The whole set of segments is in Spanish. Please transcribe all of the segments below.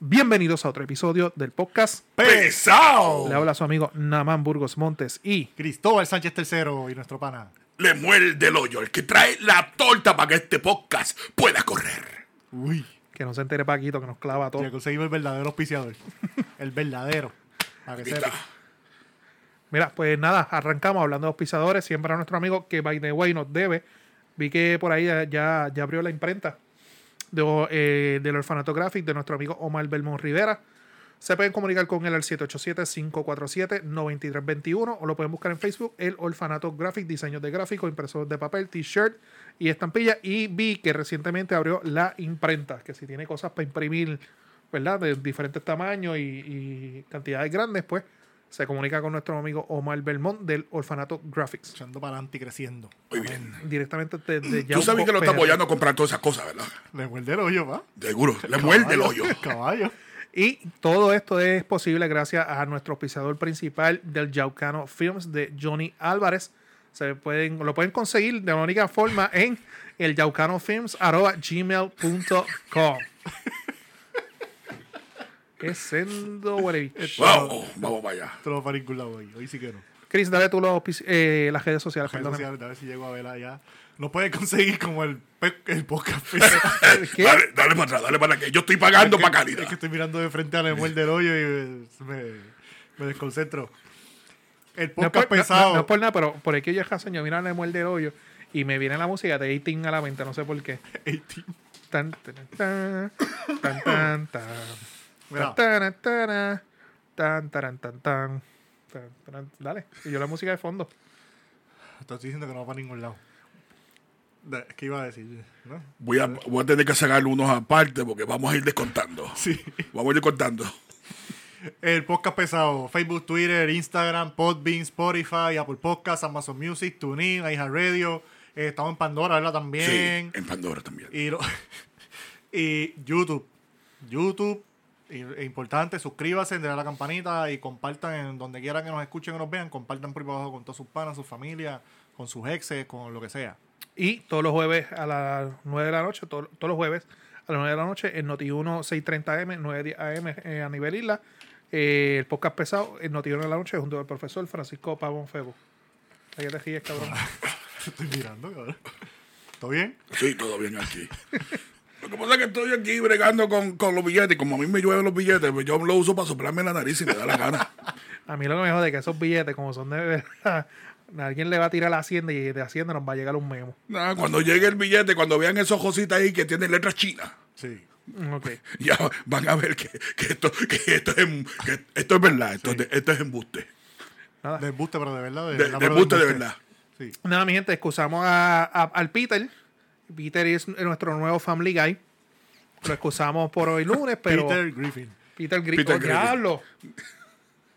Bienvenidos a otro episodio del podcast. ¡Pesado! Le habla su amigo Namán Burgos Montes y Cristóbal Sánchez III y nuestro pana. Le muerde el hoyo, el que trae la torta para que este podcast pueda correr. Uy, que no se entere Paquito que nos clava todo. ya conseguimos el verdadero auspiciador. el verdadero. Para que Ahí está. sepa. Mira, pues nada, arrancamos hablando de auspiciadores. Siempre a nuestro amigo que by the way nos debe. Vi que por ahí ya, ya, ya abrió la imprenta de, eh, del Orfanato Graphic de nuestro amigo Omar Belmont Rivera. Se pueden comunicar con él al 787-547-9321 o lo pueden buscar en Facebook, el Orfanato Graphic, diseños de gráficos, impresores de papel, t-shirt y estampilla. Y vi que recientemente abrió la imprenta, que si tiene cosas para imprimir, ¿verdad? De diferentes tamaños y, y cantidades grandes, pues se comunica con nuestro amigo Omar Belmont del Orfanato Graphics. Echando para adelante y creciendo. Muy bien. Directamente desde Tú sabes que lo está Yauco, PR. apoyando a comprar todas esas cosas, ¿verdad? Le muerde el hoyo, va. Seguro. Le muerde el hoyo. Caballo. Y todo esto es posible gracias a nuestro auspiciador principal del Yaucano Films de Johnny Álvarez. Se pueden, lo pueden conseguir de la única forma en el yaucanofilms.gmail.com. Qué sendo huelebicho. Wow, vamos para allá. Esto no va para ningún lado hoy. Hoy sí que no. Chris, dale tú los auspici- eh, las redes sociales. Redes perdóname. sociales, a ver si llego a verla ya. No puede conseguir como el, pe- el podcast. ¿Qué? Dale, dale para atrás, dale para atrás, que yo estoy pagando Es que- para calidad. Es que estoy mirando de frente a la muerte del hoyo y eh, me, me desconcentro. El No es podcast por, no- pesado. no- no es por nada, pero por aquí yo es yo mira la muerte del hoyo y me viene la música de 18 a la mente, no sé por qué. 18. Tan, tan, tan, tan, tan, tan. Mira, Tan, tan, tan, tan, tan, tan. Tan, tan, Dale, y yo la música de fondo. te estoy diciendo que no va para ningún lado. Da- ¿Qué iba a decir? ¿No? Voy a, voy a tener que sacar unos aparte porque vamos a ir descontando. Sí. Vamos a ir descontando. El podcast pesado. Facebook, Twitter, Instagram, Podbean, Spotify, Apple Podcasts, Amazon Music, TuneIn, iHeartRadio. Eh, estamos en Pandora, ¿verdad? Sí, También. en Pandora también. Y, lo- y YouTube. YouTube. y- Es importante, suscríbanse, denle a la campanita y compartan en donde quiera que nos escuchen o nos vean. Compartan por ahí abajo con todos sus panas, sus familias, con sus exes, con lo que sea. Y todos los jueves a las 9 de la noche, todo- todos los jueves a las 9 de la noche en Noti1 630M, 910 AM eh, a nivel isla. Eh, el podcast pesado en Noti1 de la noche junto al profesor Francisco Pavón Febo. Ahí te ríes, cabrón. Te estoy mirando, cabrón. ¿Todo bien? Sí, todo bien aquí. Lo que pasa es que estoy aquí bregando con, con los billetes. Como a mí me llueven los billetes, pues yo lo uso para soplarme la nariz y me da la gana. A mí lo que me jode es que esos billetes, como son de verdad, alguien le va a tirar a la Hacienda y de Hacienda nos va a llegar un memo. Nah, Ah, cuando llegue el billete, cuando vean esos cositas ahí que tienen letras chinas, Sí. Ok. ya van a ver que, que esto, que esto, es, que esto es verdad, esto, es- esto es embuste. De embuste, pero de verdad. De, Ah. De, verdad, de pero embuste de verdad. Sí. Nada, mi gente, excusamos a, a- al Peter. Peter es nuestro nuevo Family Guy. Lo excusamos por hoy lunes, pero Peter, Peter Griffin. Gri- Peter ¡Oh, Griffin. diablo!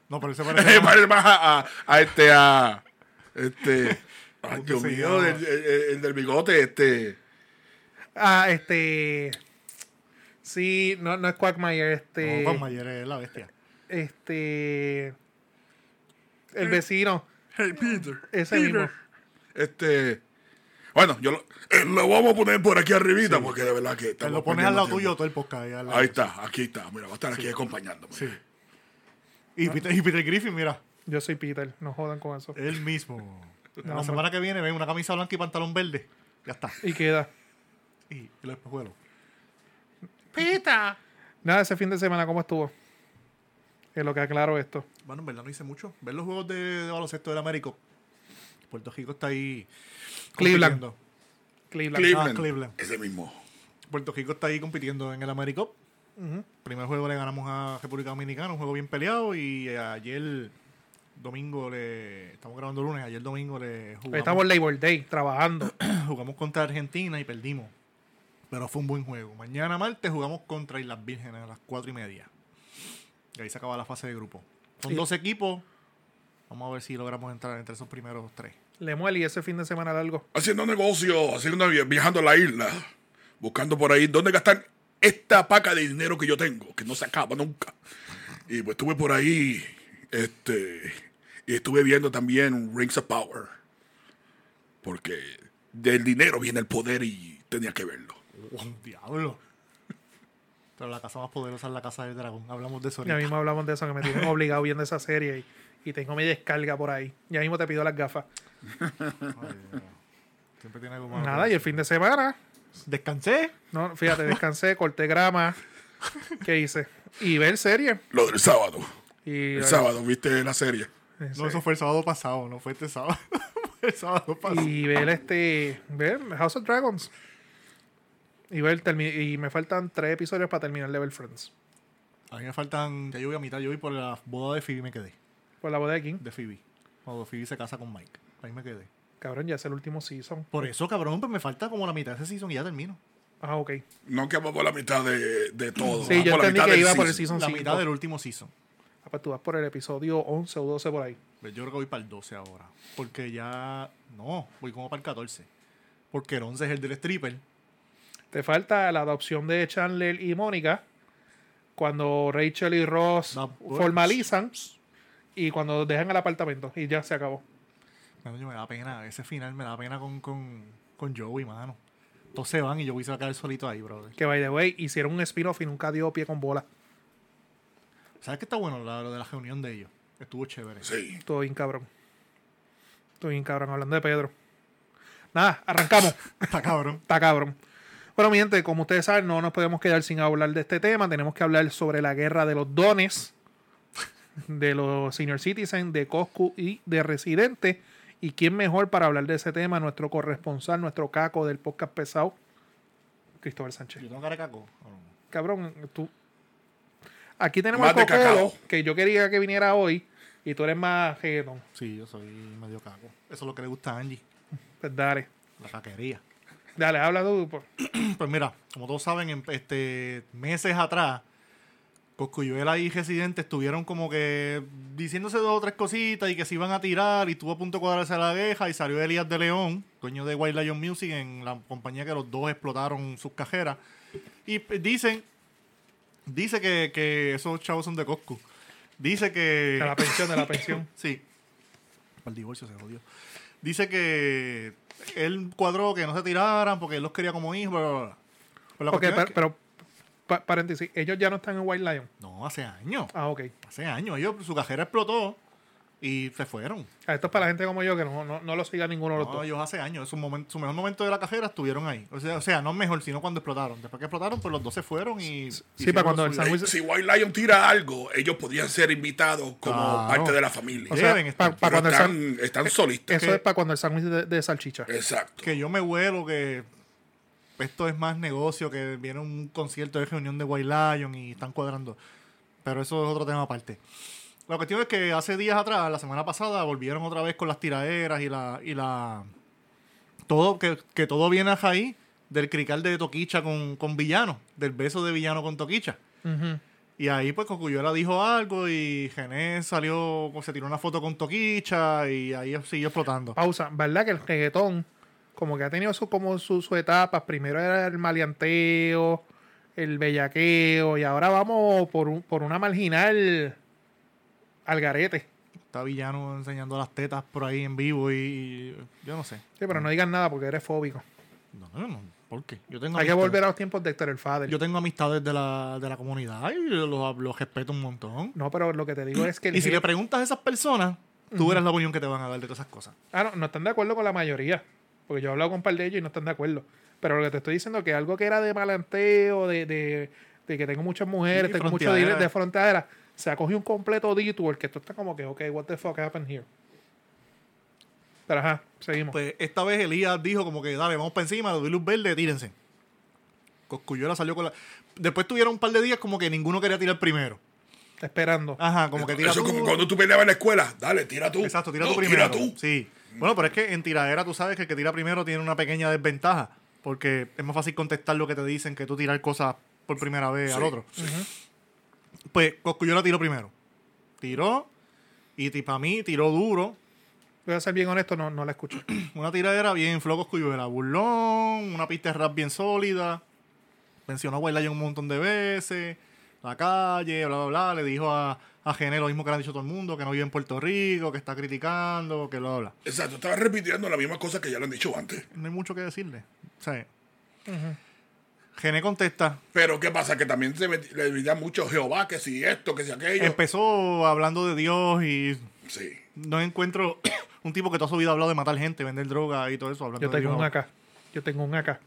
No, pero ese Eh, parece. más- vale más a, a- a este, a. Este. Ay, ¿Cómo que Dios se mío, llama? el, el- el del bigote, este. Ah, este. Sí, no, no es Quagmire, este. No, Juan Mayer es la bestia. Este. El vecino, Hey, Peter. ese mismo. Este. Bueno, yo lo, eh, lo vamos a poner por aquí arribita, porque de verdad que. Te estamos lo pones al lado perdiendo tuyo tiempo. todo el podcast. ahí al lado. Ahí está, aquí está. Mira, va a estar aquí acompañándome. Sí. Y Peter, y Peter Griffin, mira, Yo soy Peter, no jodan con eso. él mismo. No, la hombre. semana que viene ven una camisa blanca y pantalón verde. Ya está. Y queda. Y, y los espejuelos. ¡Pita! Nada, ese fin de semana, ¿cómo estuvo? Es lo que aclaro esto. Bueno, en verdad no hice mucho. Ver los juegos de, de baloncesto del Américo. Puerto Rico está ahí. Cleveland. compitiendo. Cleveland. Cleveland, Ah, Cleveland. Ese mismo. Puerto Rico está ahí compitiendo en el Américo. Primer juego le ganamos a República Dominicana, un juego bien peleado. Y ayer domingo le. Estamos grabando lunes, ayer domingo le jugamos. Estamos en Labor Day, trabajando. jugamos contra Argentina y perdimos. Pero fue un buen juego. Mañana martes jugamos contra Islas Vírgenes a las 4 y media. Y ahí se acaba la fase de grupo. Son Y- 12 equipos. Vamos a ver si logramos entrar entre esos primeros tres. Lemuel y ese fin de semana largo. Haciendo negocio, haciendo vi- viajando a la isla, buscando por ahí dónde gastar esta paca de dinero que yo tengo, que no se acaba nunca. Y pues estuve por ahí, este, y estuve viendo también Rings of Power. Porque del dinero viene el poder y tenía que verlo. ¡Wow! ¡Diablo! Pero la casa más poderosa es la casa del dragón. Hablamos de eso Ya ahorita. mismo hablamos de eso, que me tienen obligado viendo esa serie y, y tengo mi descarga por ahí. Ya mismo te pido las gafas. Ay, Dios. Siempre tiene Ah, algo malo. Nada, y el fin de semana, Descansé. no, fíjate, descansé, corté grama, ¿qué hice? Y ver series. Lo del sábado. Y, El sábado, viste la serie. No, eso fue el sábado pasado, no fue este sábado. Fue el sábado pasado. y ver este, ver House of Dragons. Y, ver, termi- y me faltan tres episodios para terminar Level Friends. A mí me faltan. Ya yo voy a mitad, yo voy por la boda de Phoebe me quedé. Por la boda de King. De Phoebe. Cuando Phoebe se casa con Mike. Ahí me quedé. Cabrón, ya es el último season. Por eso, cabrón, pues me falta como la mitad de ese season y ya termino. Ah, ok. No que vamos por la mitad de, de todo. Sí, vamos yo por la entendí mitad que del iba por el season season. la 5. mitad del último season. Ah, pues tú vas por el episodio 11 o 12 por ahí. Pues yo creo que voy para el 12 ahora. Porque ya. No, voy como para el 14. Porque el 11 es el del stripper. Te falta la adopción de Chandler y Mónica. Cuando Rachel y Ross No, pues. formalizan y cuando dejan el apartamento y ya se acabó. Mano, yo me da pena. Ese final me da pena con, con, con Joey, mano. Todos se van y Joey se va a quedar solito ahí, brother. Que by the way, hicieron un spin-off y nunca dio pie con bola. ¿Sabes qué está bueno? La- Lo de la reunión de ellos. Estuvo chévere. Sí. Todo bien cabrón. Todo bien cabrón, hablando de Pedro. Nada, arrancamos. Está cabrón. Está cabrón. Bueno, mi gente, como ustedes saben, no nos podemos quedar sin hablar de este tema. Tenemos que hablar sobre la guerra de los dones, de los senior citizens, de Coscu y de Residente. ¿Y quién mejor para hablar de ese tema? Nuestro corresponsal, nuestro caco del podcast pesado, Cristóbal Sánchez. Yo tengo cara de caco. ¿o no? Cabrón, tú. Aquí tenemos Más a de Cocolo, cacao. que yo quería que viniera hoy, y tú eres más reggaetón. Sí, yo soy medio caco. Eso es lo que le gusta a Angie. Pues dale, La caquería. dale, habla tú. pues. Pues mira, como todos saben, en- este, meses atrás, Coscuyuela y Residente estuvieron como que diciéndose dos o tres cositas y que se iban a tirar y estuvo a punto de cuadrarse la guerra y salió Elías de León, dueño de Wild Lion Music, en la compañía que los dos explotaron sus cajeras. Y p- dicen, dice que, que esos chavos son de Coscu. Dice que... De la pensión, de la pensión. Sí. El divorcio se jodió. Dice que él cuadró que no se tiraran porque él los quería como hijos, bla, bla, bla. Pero la Ok, cuestión pero, es que- pero, pa- paréntesis, ellos ya no están en White Lion. No, hace años. Ah, ok. Hace años. Ellos, su cajera explotó y se fueron. Ah, Esto es para la gente como yo que no, no, no lo siga ninguno de los No, dos. ellos hace años. Su, momen- su mejor momento de la cajera estuvieron ahí. O sea, o sea, no mejor, sino cuando explotaron. Después que explotaron, pues los dos se fueron y... Sí, para cuando el hicieron lo suyo. San Luis. Eh, Si White Lion tira algo, ellos podían ser invitados como Claro. parte de la familia. O sea, deben estar. para Pero cuando el san- están, están solistas. eso que- Eh. es para cuando el sándwich de, de salchicha. Exacto. Que yo me vuelo que... Esto es más negocio, que viene un concierto de reunión de White Lion y están cuadrando. Pero eso es otro tema aparte. La cuestión es que hace días atrás, la semana pasada, volvieron otra vez con las tiraderas y la. Y la todo, que, que todo viene a raíz del crical de Toquicha con, con Villano, del beso de Villano con Toquicha. Ujú. Y ahí, pues, Cocuyuela dijo algo y Genés salió, pues, se tiró una foto con Toquicha y ahí siguió explotando. Pausa. ¿Verdad que el reggaetón como que ha tenido su, como su, su etapa? Primero era el maleanteo, el bellaqueo y ahora vamos por, un- por una marginal al garete. Está Villano enseñando las tetas por ahí en vivo y, y yo no sé. Sí, pero no digas nada porque eres fóbico. No, no, no. ¿Por qué? Yo tengo Hay que amistades- volver a los tiempos de Héctor el Fader. Yo tengo amistades de la, de la comunidad y yo los, los respeto un montón. No, pero lo que te digo es que... el Y si hate- le preguntas a esas personas, tú verás la opinión que te van a dar de todas esas cosas. Ah, no, no están de acuerdo con la mayoría. Porque yo he hablado con un par de ellos y no están de acuerdo. Pero lo que te estoy diciendo es que algo que era de malanteo, de, de, de que tengo muchas mujeres, Sí, tengo muchos fronteadera. dealers de frontera, se ha cogido un completo detour que esto está como que, ok, what the fuck happened here. Pero ajá, seguimos. Pues esta vez Elías dijo como que dale, vamos para encima, le doy luz verde, tírense. Coscuyola salió con la... Después tuvieron un par de días como que ninguno quería tirar primero. Esperando. Ajá, como que tira Eso tú. es como cuando tú peleabas en la escuela. Dale, tira tú. Exacto, tira No, tú primero. Tira tú. Sí. Bueno, pero es que en tiradera tú sabes que el que tira primero tiene una pequeña desventaja. Porque es más fácil contestar lo que te dicen que tú tirar cosas por primera vez al Sí, otro. Pues Coscuyola tiró primero. Tiró. Y para mí tiró duro. Voy a ser bien honesto, no, no la escuché. Una tiradera bien flow Coscuyuela. Burlón. Una pista de rap bien sólida. Mencionó a White Lion un montón de veces. La calle, bla, bla, bla. Le dijo a, a Gené lo mismo que le han dicho todo el mundo. Que no vive en Puerto Rico. Que está criticando. Que bla, bla, bla. Exacto. Estaba repitiendo la misma cosa que ya le han dicho antes. no hay mucho que decirle. O sea, Gené contesta. Pero ¿qué pasa? Que también se met- le vendía mucho Jehová, que si esto, que si aquello. Empezó hablando de Dios y sí. no encuentro un tipo que toda su vida ha hablado de matar gente, vender droga y todo eso. Hablando Yo de tengo Dios. un acá. Yo tengo un acá.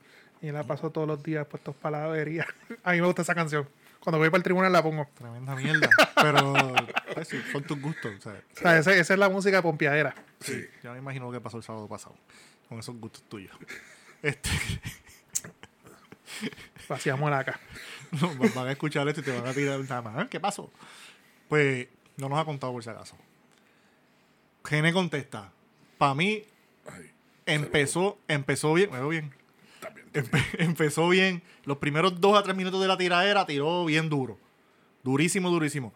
Y la paso todos los días puestos palabrerías. A mí me gusta esa canción. Cuando voy para el tribunal la pongo. Tremenda mierda. Pero pues, sí, son tus gustos. ¿sabes? O sea, ese- esa es la música pompeadera. Sí. Ya me imagino lo que pasó el sábado pasado con esos gustos tuyos. Este, Vaciamos la acá. no, van a escuchar esto y te van a tirar nada más. Ah, ¿Qué pasó? Pues no nos ha contado por si acaso. Gene contesta. Para mí Ay, empezó, empezó bien. Me veo bien. está bien, está bien. Empe- empezó bien. Los primeros dos a tres minutos de la tiradera tiró bien duro. Durísimo, durísimo.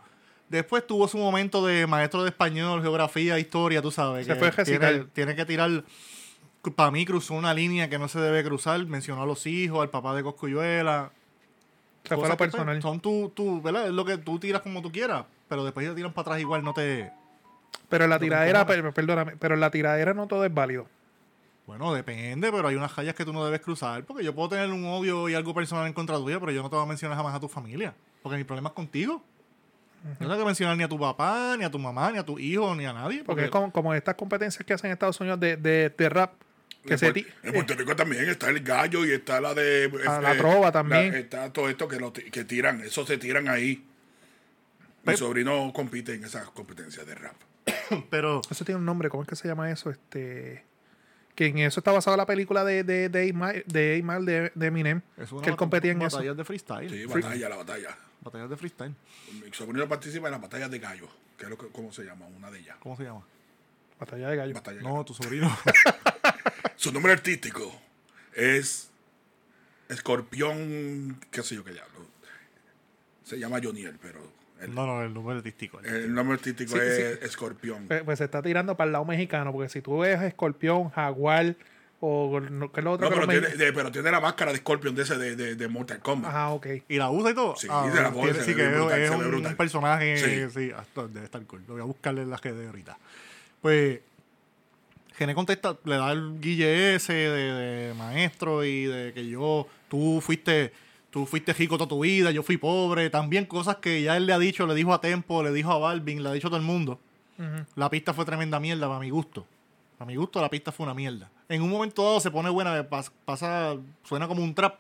Después tuvo su momento de maestro de español, geografía, historia, tú sabes. Se que fue a recitar. tiene, tiene que tirar. Para mí cruzó una línea que no se debe cruzar. Mencionó a los hijos, al papá de Coscuyuela. Se fue a Cosas lo que, pues, personal. Son tú, tú, ¿verdad? Es lo que tú tiras como tú quieras. Pero después te tiran para atrás igual, no te. Pero en la que tiradera, incomoda. per- perdóname, pero en la tiradera no todo es válido. Bueno, depende, pero hay unas calles que tú no debes cruzar, porque yo puedo tener un odio y algo personal en contra tuya, pero yo no te voy a mencionar jamás a tu familia, porque mi problema es contigo. Yo no tengo que mencionar ni a tu papá, ni a tu mamá, ni a tu hijo, ni a nadie. Porque Porque, es como, como estas competencias que hacen en Estados Unidos de, de, de rap. Que en, se Puer- ti- eh, en Puerto Rico también está el gallo y está la de. Ah, eh, la trova también. está todo esto que, lo ti- que tiran. Eso se tiran ahí. Mi Pe- sobrino compite en esas competencias de rap. pero Eso tiene un nombre, ¿cómo es que se llama eso? Este que en eso está basada la película de de de Ismael de, Ismael de, de Eminem, es una que él bata- competía en eso. batallas de freestyle. Sí, batalla, la batalla. Batallas de freestyle. Mi sobrino participa en las batallas de gallo. Que es lo que, ¿Cómo se llama? Una de ellas. ¿Cómo se llama? Batalla de gallo. Batalla de No, tu sobrino. Su nombre artístico es Escorpión, qué sé yo qué llamo. Se llama Joniel, pero el, no, no, el número artístico. el nombre artístico Sí, es Escorpión. Pues, pues se está tirando para el lado mexicano, porque si tú ves escorpión, jaguar o no, ¿qué es lo otro No, que pero lo tiene, me- de- pero tiene la máscara de Scorpion de ese de, de, de Mortal Kombat. Ajá, Ah, ok. ¿Y la usa y todo? Ah, Sí, de la voz, tiene- se sí ve que es, brutal, es se ve un, brutal. personaje. Sí. Sí, hasta debe estar cool. Lo voy a buscarle en las que de ahorita. Pues, Gene contesta, le da el guille ese de, de maestro y de que yo, tú fuiste. Tú fuiste rico toda tu vida, yo fui pobre. También cosas que ya él le ha dicho, le dijo a Tempo, le dijo a Balvin, le ha dicho a todo el mundo. Ujú. La pista fue tremenda mierda para mi gusto. Para mi gusto la pista fue una mierda. En un momento dado se pone buena, pas- pasa, suena como un trap,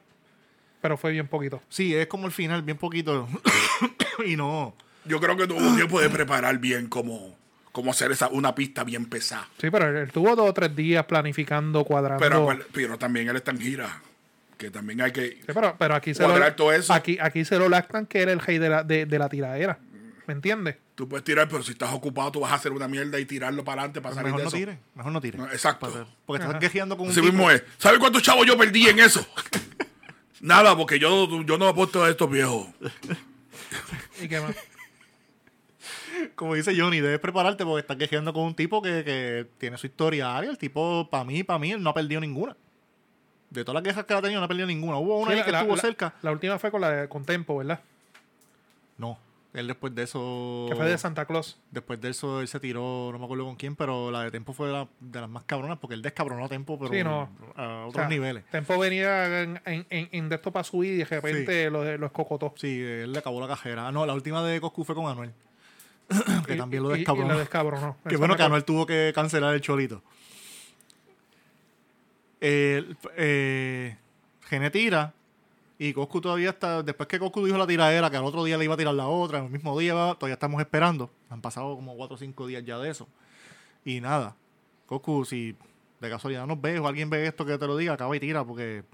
Pero fue bien poquito. Sí, es como el final, bien poquito. y no. Yo creo que tuvo un tiempo de preparar bien cómo, cómo hacer esa, una pista bien pesada. Sí, pero él, él tuvo dos o tres días planificando, cuadrando. Pero, acuer- pero también él está en gira, que también hay que... Sí, pero, pero aquí se lo Cuadrar todo eso. aquí aquí se lo lactan que era el rey de la de, de la tiradera. ¿Me entiendes? Tú puedes tirar, pero si estás ocupado tú vas a hacer una mierda y tirarlo para adelante Pues para salir Mejor de no eso. tire. Mejor no tire. No, exacto. Para- Porque estás quejeando con un Así tipo. mismo es. ¿Sabes cuántos chavos yo perdí en eso? Nada, porque yo, yo no apuesto a estos viejos. ¿Y qué más? Como dice Johnny, debes prepararte porque estás quejeando con un tipo que, que tiene su historia área. El tipo, para mí, para mí, él no ha perdido ninguna. De todas las quejas que ha tenido, no ha perdido ninguna. Hubo una Sí, ahí la- que la- estuvo la- cerca. La última fue con la de con Tempo, ¿verdad? No. Él después de eso. Que fue de Santa Claus. Después de eso, él se tiró, no me acuerdo con quién, pero la de Tempo fue de, la- de las más cabronas porque él descabronó a Tempo, pero Sí, no. a otros O sea, niveles. Tempo venía en, en, en, en de esto para subir y de repente lo, lo escocotó. Sí, él le acabó la cajera. Ah, no, la última de Coscu fue con Anuel. que Y- también lo y- y descabronó. lo descabronó. Qué Eso bueno me que acuerdo. Anuel tuvo que cancelar el cholito. El, eh, Gene tira y Coscu todavía está. Después que Coscu dijo la tiradera, que al otro día le iba a tirar la otra, en el mismo día, va, todavía estamos esperando. Han pasado como 4 o 5 días ya de eso. Y nada, Coscu, si de casualidad nos ves o alguien ve esto que te lo diga, acaba y tira porque,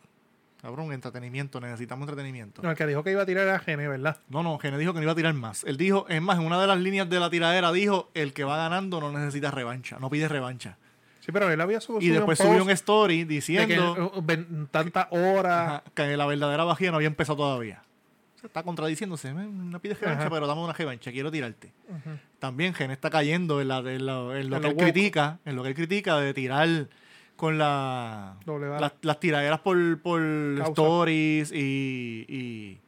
cabrón, entretenimiento, necesitamos entretenimiento. No, el que dijo que iba a tirar era Gene, ¿verdad? No, no, Gene dijo que no iba a tirar más. Él dijo, es más, en una de las líneas de la tiradera dijo, el que va ganando no necesita revancha, no pide revancha. Sí, pero él había subido Y después subió un Pues post story de que diciendo eh, ven- tanta hora. ajá, que la verdadera bajía no había empezado todavía. Se está contradiciéndose, "Man, no pides revancha, Ajá. pero dame una revancha, quiero tirarte. Ujú. También Gene está cayendo en, la- en la- en lo En que lo él woke. critica, en lo que él critica de tirar con la, Doble vara. las, las tiraderas por, por Causa. stories y, y-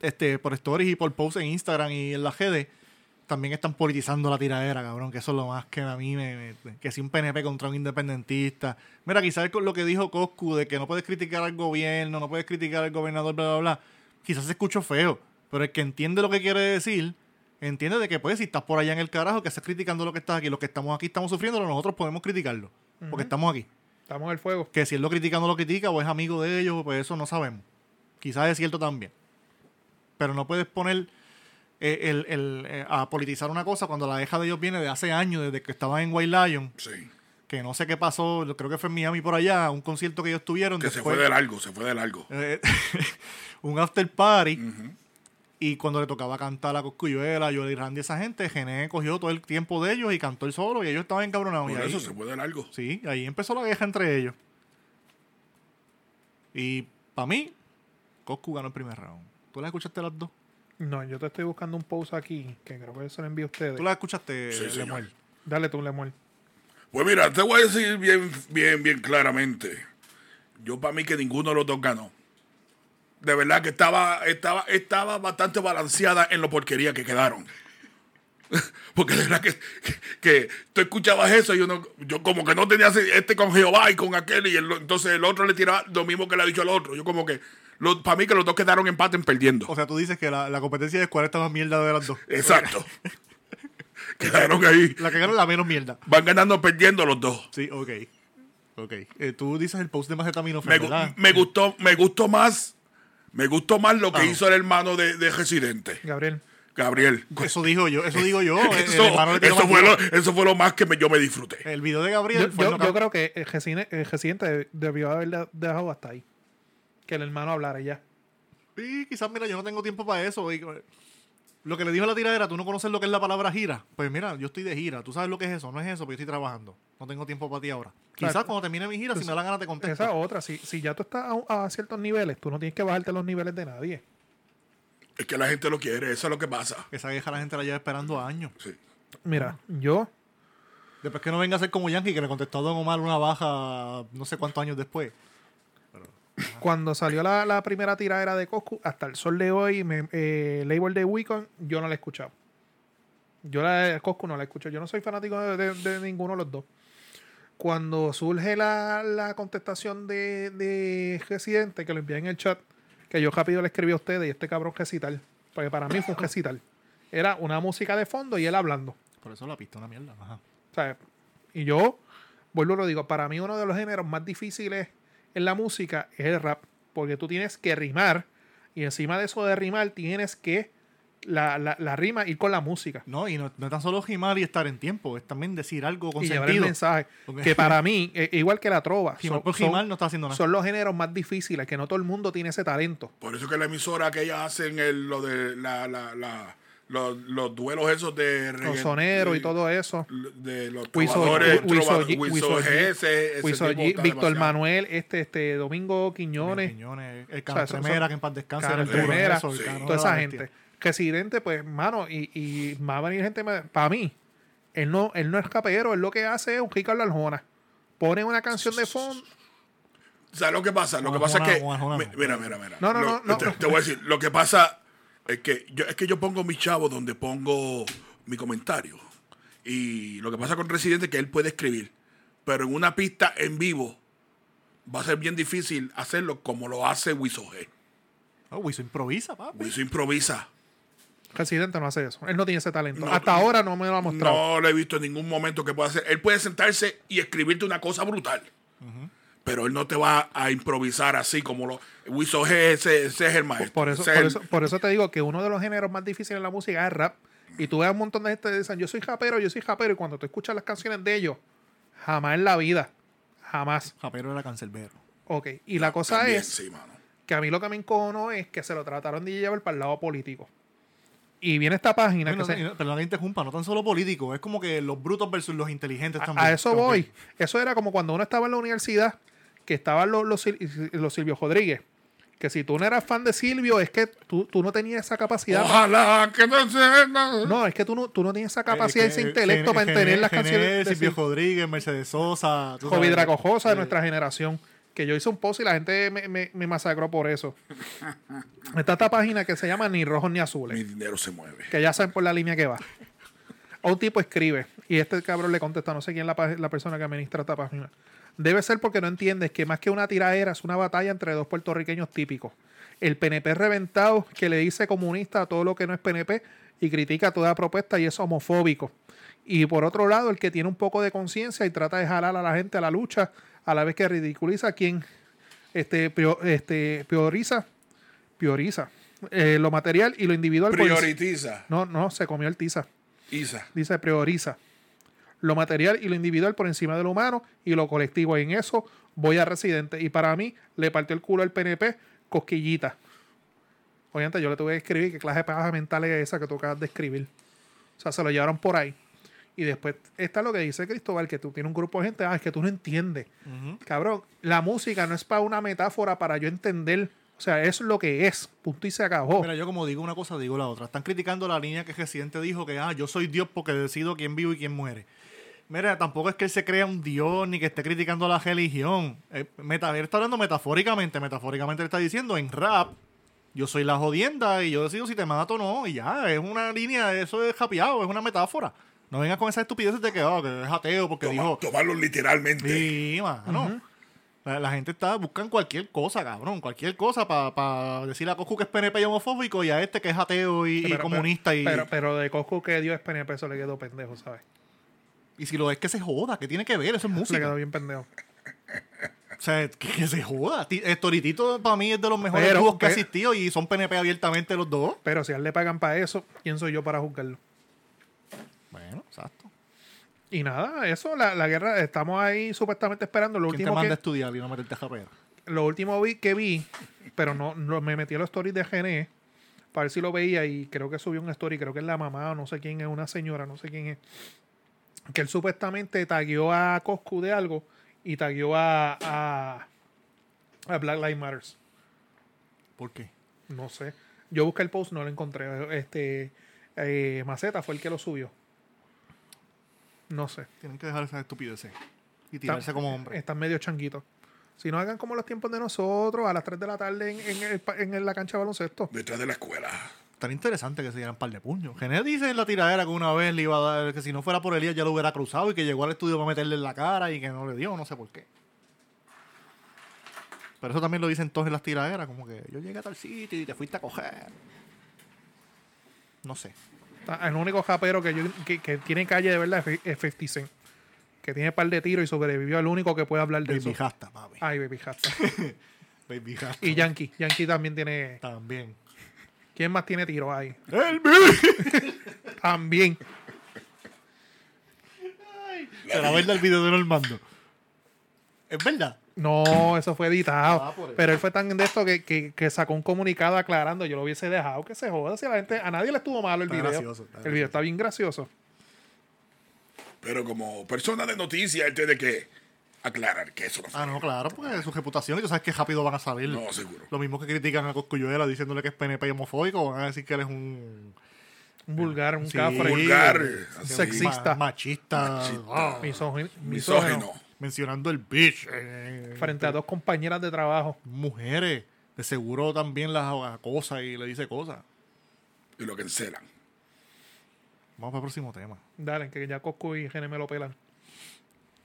este por stories y por posts en Instagram y en la GD. también están politizando la tiradera, cabrón, que eso es lo más que a mí me... me- que si un PNP contra un independentista. Mira, quizás con lo que dijo Coscu de que no puedes criticar al gobierno, no puedes criticar al gobernador, bla, bla, bla, quizás se escuchó feo, pero el que entiende lo que quiere decir, entiende de que pues si estás por allá en el carajo, que estás criticando lo que estás aquí, los que estamos aquí estamos sufriéndolo, nosotros podemos criticarlo, porque estamos aquí. Estamos en el fuego. Que si él lo critica o no lo critica, o es amigo de ellos, pues eso no sabemos. Quizás es cierto también. Pero no puedes poner eh, el, el, eh, a politizar una cosa cuando la deja de ellos viene de hace años, desde que estaban en White Lion, Sí. que no sé qué pasó, creo que fue en Miami por allá, un concierto que ellos tuvieron. Que se después- fue de largo, se fue de largo. eh, un after party. Ujú. Y cuando le tocaba cantar a Coscuyuela, a Yoli Randy, esa gente, Gené cogió todo el tiempo de ellos y cantó el solo y ellos estaban encabronados. Por y ahí- eso se fue de largo. Sí, ahí empezó la guerra entre ellos. Y para mí, Coscu ganó el primer round. ¿Tú las escuchaste las dos? No, yo te estoy buscando un post aquí que creo que se lo envío a ustedes. ¿Tú las escuchaste, Sí, señor. Lemuel? Dale tú, Lemuel. Pues mira, te voy a decir bien, bien, bien claramente. Yo para mí que ninguno de los dos ganó. De verdad que estaba, estaba, estaba bastante balanceada en lo porquería que quedaron. Porque de verdad que, que tú escuchabas eso y yo, no- yo como que no tenía ese- este con Jehová y con aquel y el- entonces el otro le tiraba lo mismo que le ha dicho al otro. Yo como que, para mí que los dos quedaron empaten perdiendo. O sea, tú dices que la, la competencia es cuál está más mierda de las dos. Exacto. quedaron ahí. La que ganó es la menos mierda. Van ganando perdiendo los dos. Sí, ok. Ok. Eh, tú dices el post de Macetamino, me, ¿verdad? gu- me gustó me gustó más me gustó más lo que Ah. hizo el hermano de, de Residente Gabriel. Gabriel Eso digo yo, eso digo yo. El- el eso, hermano le tiró eso más fue duro. lo, eso fue lo más que me- yo me disfruté El video de Yo, Gabriel fue yo- el yo knockout. creo que el Gesine- el Residente deb- debió haberla dejado hasta ahí. Que el hermano hablara y ya. Y quizás, mira, yo no tengo tiempo para eso. y- eh, lo que le dijo la tiradera, tú no conoces lo que es la palabra gira. Pues mira, yo estoy de gira. Tú sabes lo que es eso. No es eso, pero yo estoy trabajando. No tengo tiempo para ti ahora. Quizás Claro. cuando termine mi gira, si me da la gana, te contesto. Pues Esa otra, si, si ya tú estás a, un- a ciertos niveles, tú no tienes que bajarte los niveles de nadie. es que la gente lo quiere eso es lo que pasa Esa vieja la gente la lleva esperando años. Sí. Mira, yo, Después que no venga a ser como Yankee, que le contestó a Don Omar una baja no sé cuántos años después. cuando salió la, la primera tiradera de Coscu, hasta el sol de hoy, me, eh, Label de Weekend, yo no la he escuchado. Yo la de Coscu no la escucho. Yo no soy fanático de, de- de ninguno de los dos. Cuando surge la, la contestación de, de Residente, que lo envié en el chat, que yo rápido le escribí a ustedes y este cabrón recital, porque para mí fue un recital. Era una música de fondo y él hablando. Por eso la pista una mierda. Ajá. O sea, y yo, vuelvo y lo digo, para mí uno de los géneros más difíciles en la música es el rap, porque tú tienes que rimar y encima de eso de rimar tienes que la, la- la rima ir con la música No, y no, no es tan solo gimar y estar en tiempo, es también decir algo con y llevar el sentido. mensaje. Ok. Que para mí, eh, igual que la trova, Gimar son, por son- gimar no está haciendo nada. son los géneros más difíciles, que no todo el mundo tiene ese talento. por eso que la emisora que ellas hacen el- lo de la, la- la- los, los duelos esos de regga- Los soneros y de- todo eso. de los Wiso- trovadores, Wi- Wiso- trovadores, Wiso- Wiso Wiso- G, ese- ese Wiso tipo G, está Víctor demasiado. Manuel, este, este Domingo Quiñones, Quiñones, el O sea, Cano son- Tremera, son- que en paz descanse. Cano era el duro en Tremera, eso, el sí. Cano toda era la esa bestia. gente. Residente, pues, mano, y, y más va a venir gente para mí. Él no, él no es capero, él lo que hace es un Ricardo Arjona. Pone una canción de fondo. ¿Sabes lo que pasa? Lo que Juan, pasa Juan, es que. Juan, Juan, mi- Juan. Mira, mira, mira. No, no, Lo- no, no. Te, te voy a decir, lo que pasa es que yo, es que yo pongo mis chavos donde pongo mi comentario. Y lo que pasa con Residente es que él puede escribir. Pero en una pista en vivo va a ser bien difícil hacerlo como lo hace Wiso G. Oh, Wiso improvisa, papi. Wiso improvisa. Residente no hace eso. Él no tiene ese talento. No, Hasta ahora no me lo ha mostrado. No lo he visto en ningún momento que pueda hacer. Él puede sentarse y escribirte una cosa brutal. Pero él no te va a improvisar así como lo. Wiso G, ese, ese es el maestro. Por eso, Ese por, es el- eso, por eso te digo que uno de los géneros más difíciles en la música es el rap. Y tú ves a un montón de gente que dicen, yo soy japero, yo soy japero. Y cuando tú escuchas las canciones de ellos, jamás en la vida. Jamás. Japero era cancelbero. Ok. Y la cosa También, es sí, mano. que a mí lo que me encojonó es que se lo trataron de llevar para el lado político. Y viene esta página Bueno, que se- y no- Perdón que interrumpa, no tan solo político, es como que los brutos versus los inteligentes a, también. Eh, a eso Como voy. que- Eso era como cuando uno estaba en la universidad, que estaban los, los, Sil- los Silvio Rodríguez. Que si tú no eras fan de Silvio, es que tú, tú no tenías esa capacidad. Ojalá que no sea nada. No, es que tú no, tú no tienes esa capacidad, eh, ese que- intelecto Gen- para entender Gen- las Gené, canciones de Silvio Silvio Rodríguez, Mercedes Sosa. tú Jovi sabes. Dracojosa de Eh, nuestra generación. Que yo hice un post y la gente me, me- me masacró por eso. Está esta página que se llama Ni Rojos ni Mi Azules. dinero se mueve. Que ya saben por la línea que va. un tipo escribe y este cabrón le contesta, no sé quién es la, pa- la persona que administra esta página. Debe ser porque no entiendes que más que una tiraera es una batalla entre dos puertorriqueños típicos. El PNP reventado que le dice comunista a todo lo que no es PNP y critica toda propuesta y es homofóbico. Y por otro lado, el que tiene un poco de conciencia y trata de jalar a la gente a la lucha a la vez que ridiculiza a quien este, prio- este, prioriza, prioriza eh, lo material y lo individual. por encima- Prioritiza. no, no, se comió el tiza. Isa. Dice, prioriza lo material y lo individual por encima de lo humano y lo colectivo. Y en eso voy a residente. Y para mí, le partió el culo al PNP, cosquillita. Obviamente, yo le tuve que escribir qué clase de paja mental es esa que tú acabas de escribir. O sea, se lo llevaron por ahí. Y después está lo que dice Cristóbal, que tú tienes un grupo de gente, ah, es que tú no entiendes. Cabrón, la música no es para una metáfora para yo entender. O sea, es lo que es. Punto y se acabó. Mira, yo como digo una cosa, digo la otra. Están criticando la línea que el residente dijo que, ah, yo soy Dios porque decido quién vive y quién muere. Mira, tampoco es que él se crea un Dios ni que esté criticando la religión. Eh, meta- él está hablando metafóricamente. Metafóricamente él está diciendo en rap, yo soy la jodienda y yo decido si te mato o no. Y ya, es una línea, eso es japeado, es una metáfora. No vengas con esa estupidez de que, ah, que es ateo porque Toma- dijo, tomarlo literalmente. Sí, mano. la, la gente está buscan cualquier cosa, cabrón. Cualquier cosa para decirle a Coscu que es PNP y homofóbico y a este que es ateo y, y Pero- comunista. y, Pero, pero de Coscu que dio es PNP, eso le quedó pendejo, ¿sabes? y si lo es que se joda, ¿qué tiene que ver? Eso es Se le música. quedó O bien pendejo. sea, que, que se joda. Ti- eh, Toritito para mí es de los mejores Pero- dúos que ha pero- existido y son PNP abiertamente los dos. Pero si a él le pagan para eso, ¿quién soy yo para juzgarlo? Bueno, exacto. Y nada, eso, la, la guerra, estamos ahí supuestamente esperando. Lo ¿Quién te último, manda a que, estudiar y no meterte a japera? lo último vi, que vi, pero no, no- me metí a los stories de GNE para ver si lo veía y creo que subió un story, creo que es la mamá o no sé quién es, una señora, no sé quién es, que él supuestamente tagueó a Coscu de algo y tagueó a, a, a Black Lives Matters. ¿Por qué? No sé. Yo busqué el post, no lo encontré. Este eh, Maceta fue el que lo subió. No sé. Tienen que dejar esas estupideces y tirarse como hombre. Están medio changuitos. Si no hagan como los tiempos de nosotros, a las 3 de la tarde en, en el pa- en la cancha de baloncesto. Detrás de la escuela. Tan interesante que se dieran par de puños. Gené dice en la tiradera que una vez le iba a dar, que si no fuera por Elías ya lo hubiera cruzado y que llegó al estudio para meterle en la cara y que no le dio, no sé por qué. Pero eso también lo dicen todos en las tiraderas, como que yo llegué a tal sitio y te fuiste a coger. No sé. Ah, El único japero que, yo, que, que tiene calle de verdad es fi- es 50 Cent. Que tiene par de tiros y sobrevivió al único que puede hablar de Baby eso. Hasta, papi. Ay, Baby Hasta. Baby Hasta. Y Yankee. Yankee también tiene... También. ¿Quién más tiene tiros ahí? También. Será verdad el video de Normando. Es verdad. No, eso fue editado. Ah, por eso. pero él fue tan de esto que, que- que sacó un comunicado aclarando. Yo lo hubiese dejado que se joda. Si a la gente, a nadie le estuvo malo el Está video. gracioso, está el video está bien gracioso. Pero como persona de noticias, él tiene que aclarar que eso no fue. Ah, no, claro, porque es su reputación y tú sabes que rápido van a salir. No, seguro. Lo mismo que critican a Coscuyuela diciéndole que es PNP y homofóbico, van a decir que eres un Un vulgar, un Sí, cafre. vulgar. sí. Así, Sexy. Machista. ma- machista, ah, misógino, Misógino. mencionando el bitch. eh, Frente a dos compañeras de trabajo. Mujeres, de seguro también las acosa y le dice cosas. Y lo cancelan. Vamos para el próximo tema. Dale, que ya Coscu y Gene me lo pelan.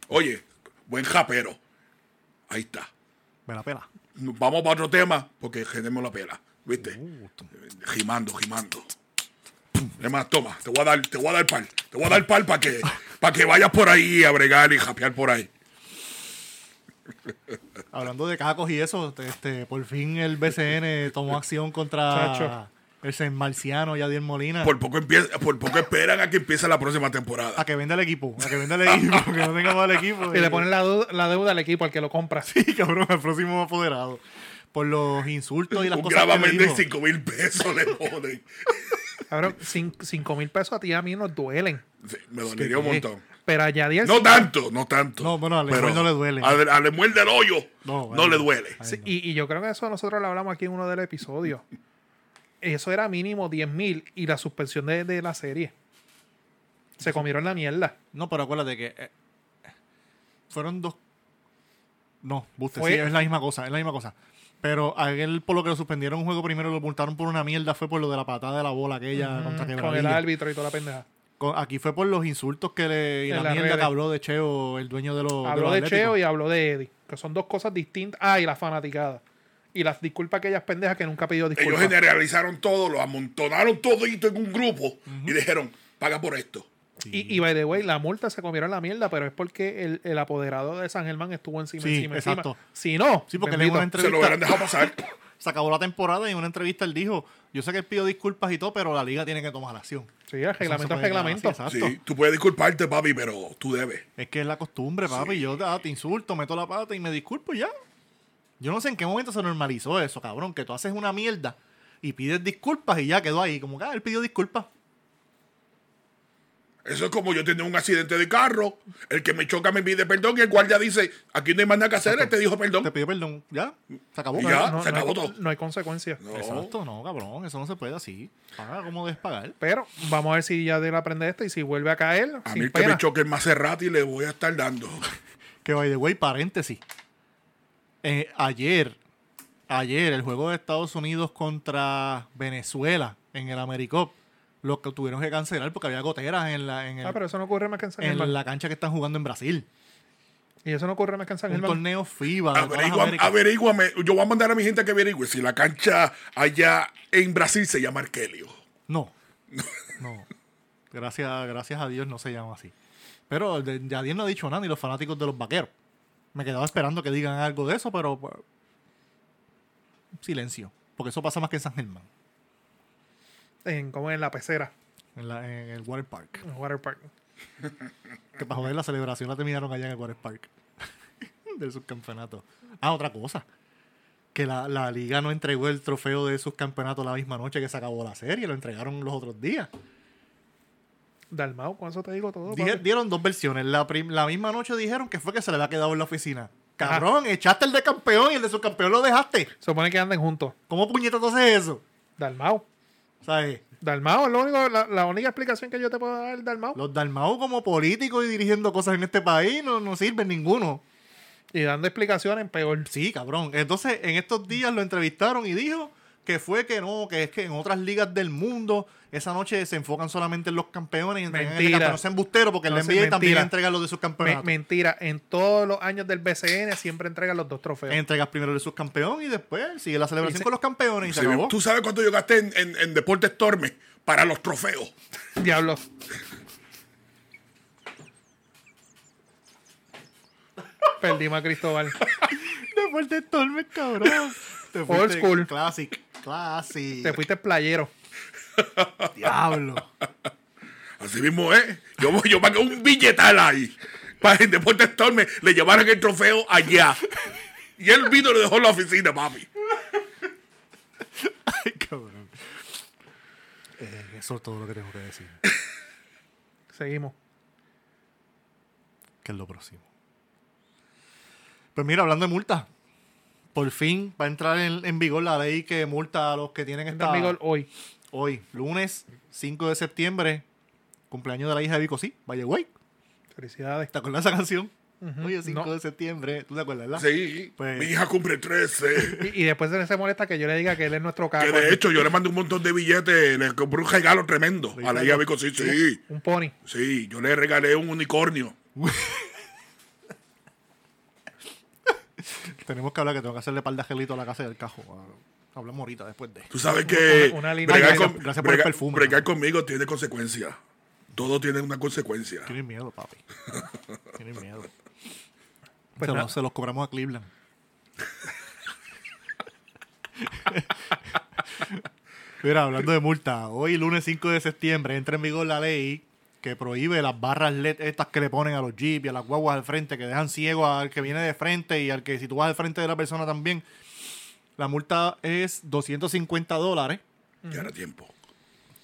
Oye, buen japero. Ahí está. Me la pela. Nos Vamos para otro tema porque tenemos la pela. ¿Viste? Uh, tú- Gimando, gimando. Es más, toma, te voy a dar, te voy a dar pal. Te voy a dar pal para que, pa' que vayas por ahí a bregar y japear por ahí. Hablando de cacos y eso, este, por fin el BCN tomó acción contra Chacho. el San Marciano y Adiel Molina. Por poco, empieza, por poco esperan a que empiece la próxima temporada. A que venda el equipo, a que venda el equipo, que no tenga más el equipo. Y le ponen la, deuda- la deuda al equipo al que lo compra. Sí, cabrón, al próximo apoderado. Por los insultos y las Un cosas que le gravamen de dijo. 5 mil pesos le ponen. Cabrón, 5 mil pesos a ti y a mí nos duelen. Sí, Me dolería un Sí. montón. Pero a Yadiel No sí- tanto, no tanto. No, bueno, a Lemuel Pero no le duele. A, Le- a Lemuel del hoyo No, no, bueno. le duele. Ay, Sí, no. y, y yo creo que eso nosotros lo hablamos aquí en uno del episodio. Eso era mínimo 10.000 mil y la suspensión de, de la serie. Se comieron la mierda. No, pero acuérdate que eh, fueron dos. No, buste, Fue- sí, es la misma cosa, es la misma cosa. Pero a él, por lo que lo suspendieron un juego primero, lo multaron por una mierda, fue por lo de la patada de la bola aquella Mm, Ah, contra con el Quebradilla. árbitro y toda la pendeja. Con- Aquí fue por los insultos que le. y En la las mierda redes. que habló de Cheo, el dueño de los. Habló de Cheo y. y habló de Eddie, que son dos cosas distintas. Ah, y la fanaticada. Y las disculpas aquellas pendejas que nunca pidió Ellos disculpas. generalizaron todo, lo amontonaron todito en un grupo y dijeron, paga por esto. Y, y by the way, la multa se comieron la mierda, pero es porque el, el apoderado de San Germán estuvo encima, Sí, encima, encima. exacto. Si no, Sí, porque le bendito. una Se lo hubieran entrevista. dejado pasar. Se acabó la temporada y en una entrevista él dijo: Yo sé que él pidió disculpas y todo, pero la liga tiene que tomar acción. Sí, el Eso se reglamento es puede quedar reglamento. así, exacto. Sí, tú puedes disculparte, papi, pero tú debes. Es que es la costumbre, papi. Yo ah, te insulto, meto la pata y me disculpo y ya. Yo no sé en qué momento se normalizó eso, cabrón. Que tú haces una mierda y pides disculpas y ya quedó ahí. Como que ah, él pidió disculpas. Eso es como yo tenía un accidente de carro, el que me choca me pide perdón y el guardia dice, aquí no hay más nada que hacer, él te dijo perdón. Te pidió perdón. Ya, se acabó. Y ya. no, se no hay- acabó todo. no hay consecuencias. No. Exacto, no, cabrón. Eso no se puede así. Paga como debes pagar. Pero vamos a ver si ya él aprende esto y si vuelve a caer. A sin mí pues el que pena. me choque es Maserati y le voy a estar dando. Que by the way, paréntesis. Eh, ayer, ayer, el juego de Estados Unidos contra Venezuela en el AmeriCop, los que tuvieron que cancelar porque había goteras en la, en el- Ah, pero eso no ocurre más que en San en Germán. la cancha que están jugando en Brasil. Y eso no ocurre más que en San Un Germán. torneo FIBA. Ah, de todas las Averigua- Américas. averíguame. Yo voy a mandar a mi gente a que averigüe si la cancha allá en Brasil se llama Arkelio. No. No. Gracias, gracias a Dios no se llama así. Pero de- ya Dios no ha dicho nada, ni los fanáticos de los vaqueros. Me quedaba esperando que digan algo de eso, pero. pues, Silencio. Porque eso pasa más que en San Germán, En, como en la pecera, en, la- en el Water Park. en el Water Park. Que para joder la celebración la terminaron allá en el Water Park. del subcampeonato. Ah, otra cosa. Que la, la liga no entregó el trofeo de subcampeonato la misma noche que se acabó la serie, lo entregaron los otros días. Dalmau, con eso te digo todo. Dije- Oh, papi. dieron dos versiones. La, prim- la misma noche dijeron que fue que se le había quedado en la oficina. Cabrón, echaste el de campeón y el de subcampeón lo dejaste. Se supone que anden juntos. ¿Cómo puñetas haces eso? Dalmau. ¿Sabes? Dalmau es lo único, la, la única explicación que yo te puedo dar, Dalmau. Los Dalmau como políticos y dirigiendo cosas en este país no, no sirven ninguno. Y dando explicaciones peor. Sí, cabrón. Entonces, en estos días lo entrevistaron y dijo que fue que no, que es que en otras ligas del mundo esa noche se enfocan solamente en los campeones y entregan el Mentira. campeón. No sean busteros porque No el sé, NBA también mentira. entrega los de sus Me- campeonatos. mentira, en todos los años del BCN siempre entregan los dos trofeos. Entregas primero el de subcampeón y después sigue la Y celebración se- con los campeones y se Sí, acabó. Tú sabes cuánto yo gasté en, en, en Deportes Tormes para los trofeos. Diablo. Perdimos a Cristóbal. Te fuiste Stormer, cabrón. Te Old fuiste school. Classic. Classic. Te fuiste playero. Diablo. Así mismo es. Yo, voy- yo pagué un billetal ahí. Para que en Deportes Tormes le llevaran el trofeo allá. Y él vino y lo dejó en la oficina, papi. Ay, cabrón. Eh, eso es todo lo que tengo que decir. Seguimos. ¿Qué es lo próximo? Pues mira, hablando de multas. Por fin va a entrar en, en vigor la ley que multa a los que tienen esta... Amigo, hoy. Hoy, lunes 5 de septiembre, cumpleaños de la hija de Vico, sí, Valle Way. Felicidades. ¿Te acuerdas de esa canción? Ujú, Oye, 5 no. de septiembre, ¿tú te acuerdas, verdad? Sí. Pues- Mi hija cumple 13. Y, y después se se molesta que yo le diga que él es nuestro Que cargo. de hecho yo le mandé un montón de billetes. Le compré un regalo tremendo. Pues, A la hija Vico. Sí, sí. Un pony. Sí, yo le regalé un unicornio. Tenemos que hablar que tengo que hacerle par de angelito a la casa del cajo. Ah, Hablamos ahorita después de. Tú sabes que Una- una línea bregar, de- con- Gracias por el bregar- perfume. bregar conmigo tiene consecuencias. Todo tiene una consecuencia. Tienen miedo, papi. Tienen miedo. Pues se, nada. los, se los cobramos a Cleveland. Mira, hablando de multa, hoy lunes 5 de septiembre entra en vigor la ley que prohíbe las barras LED estas que le ponen a los jeeps y a las guaguas al frente, que dejan ciego al que viene de frente y al que si tú vas al frente de la persona también. La multa es 250 dólares Ya era tiempo.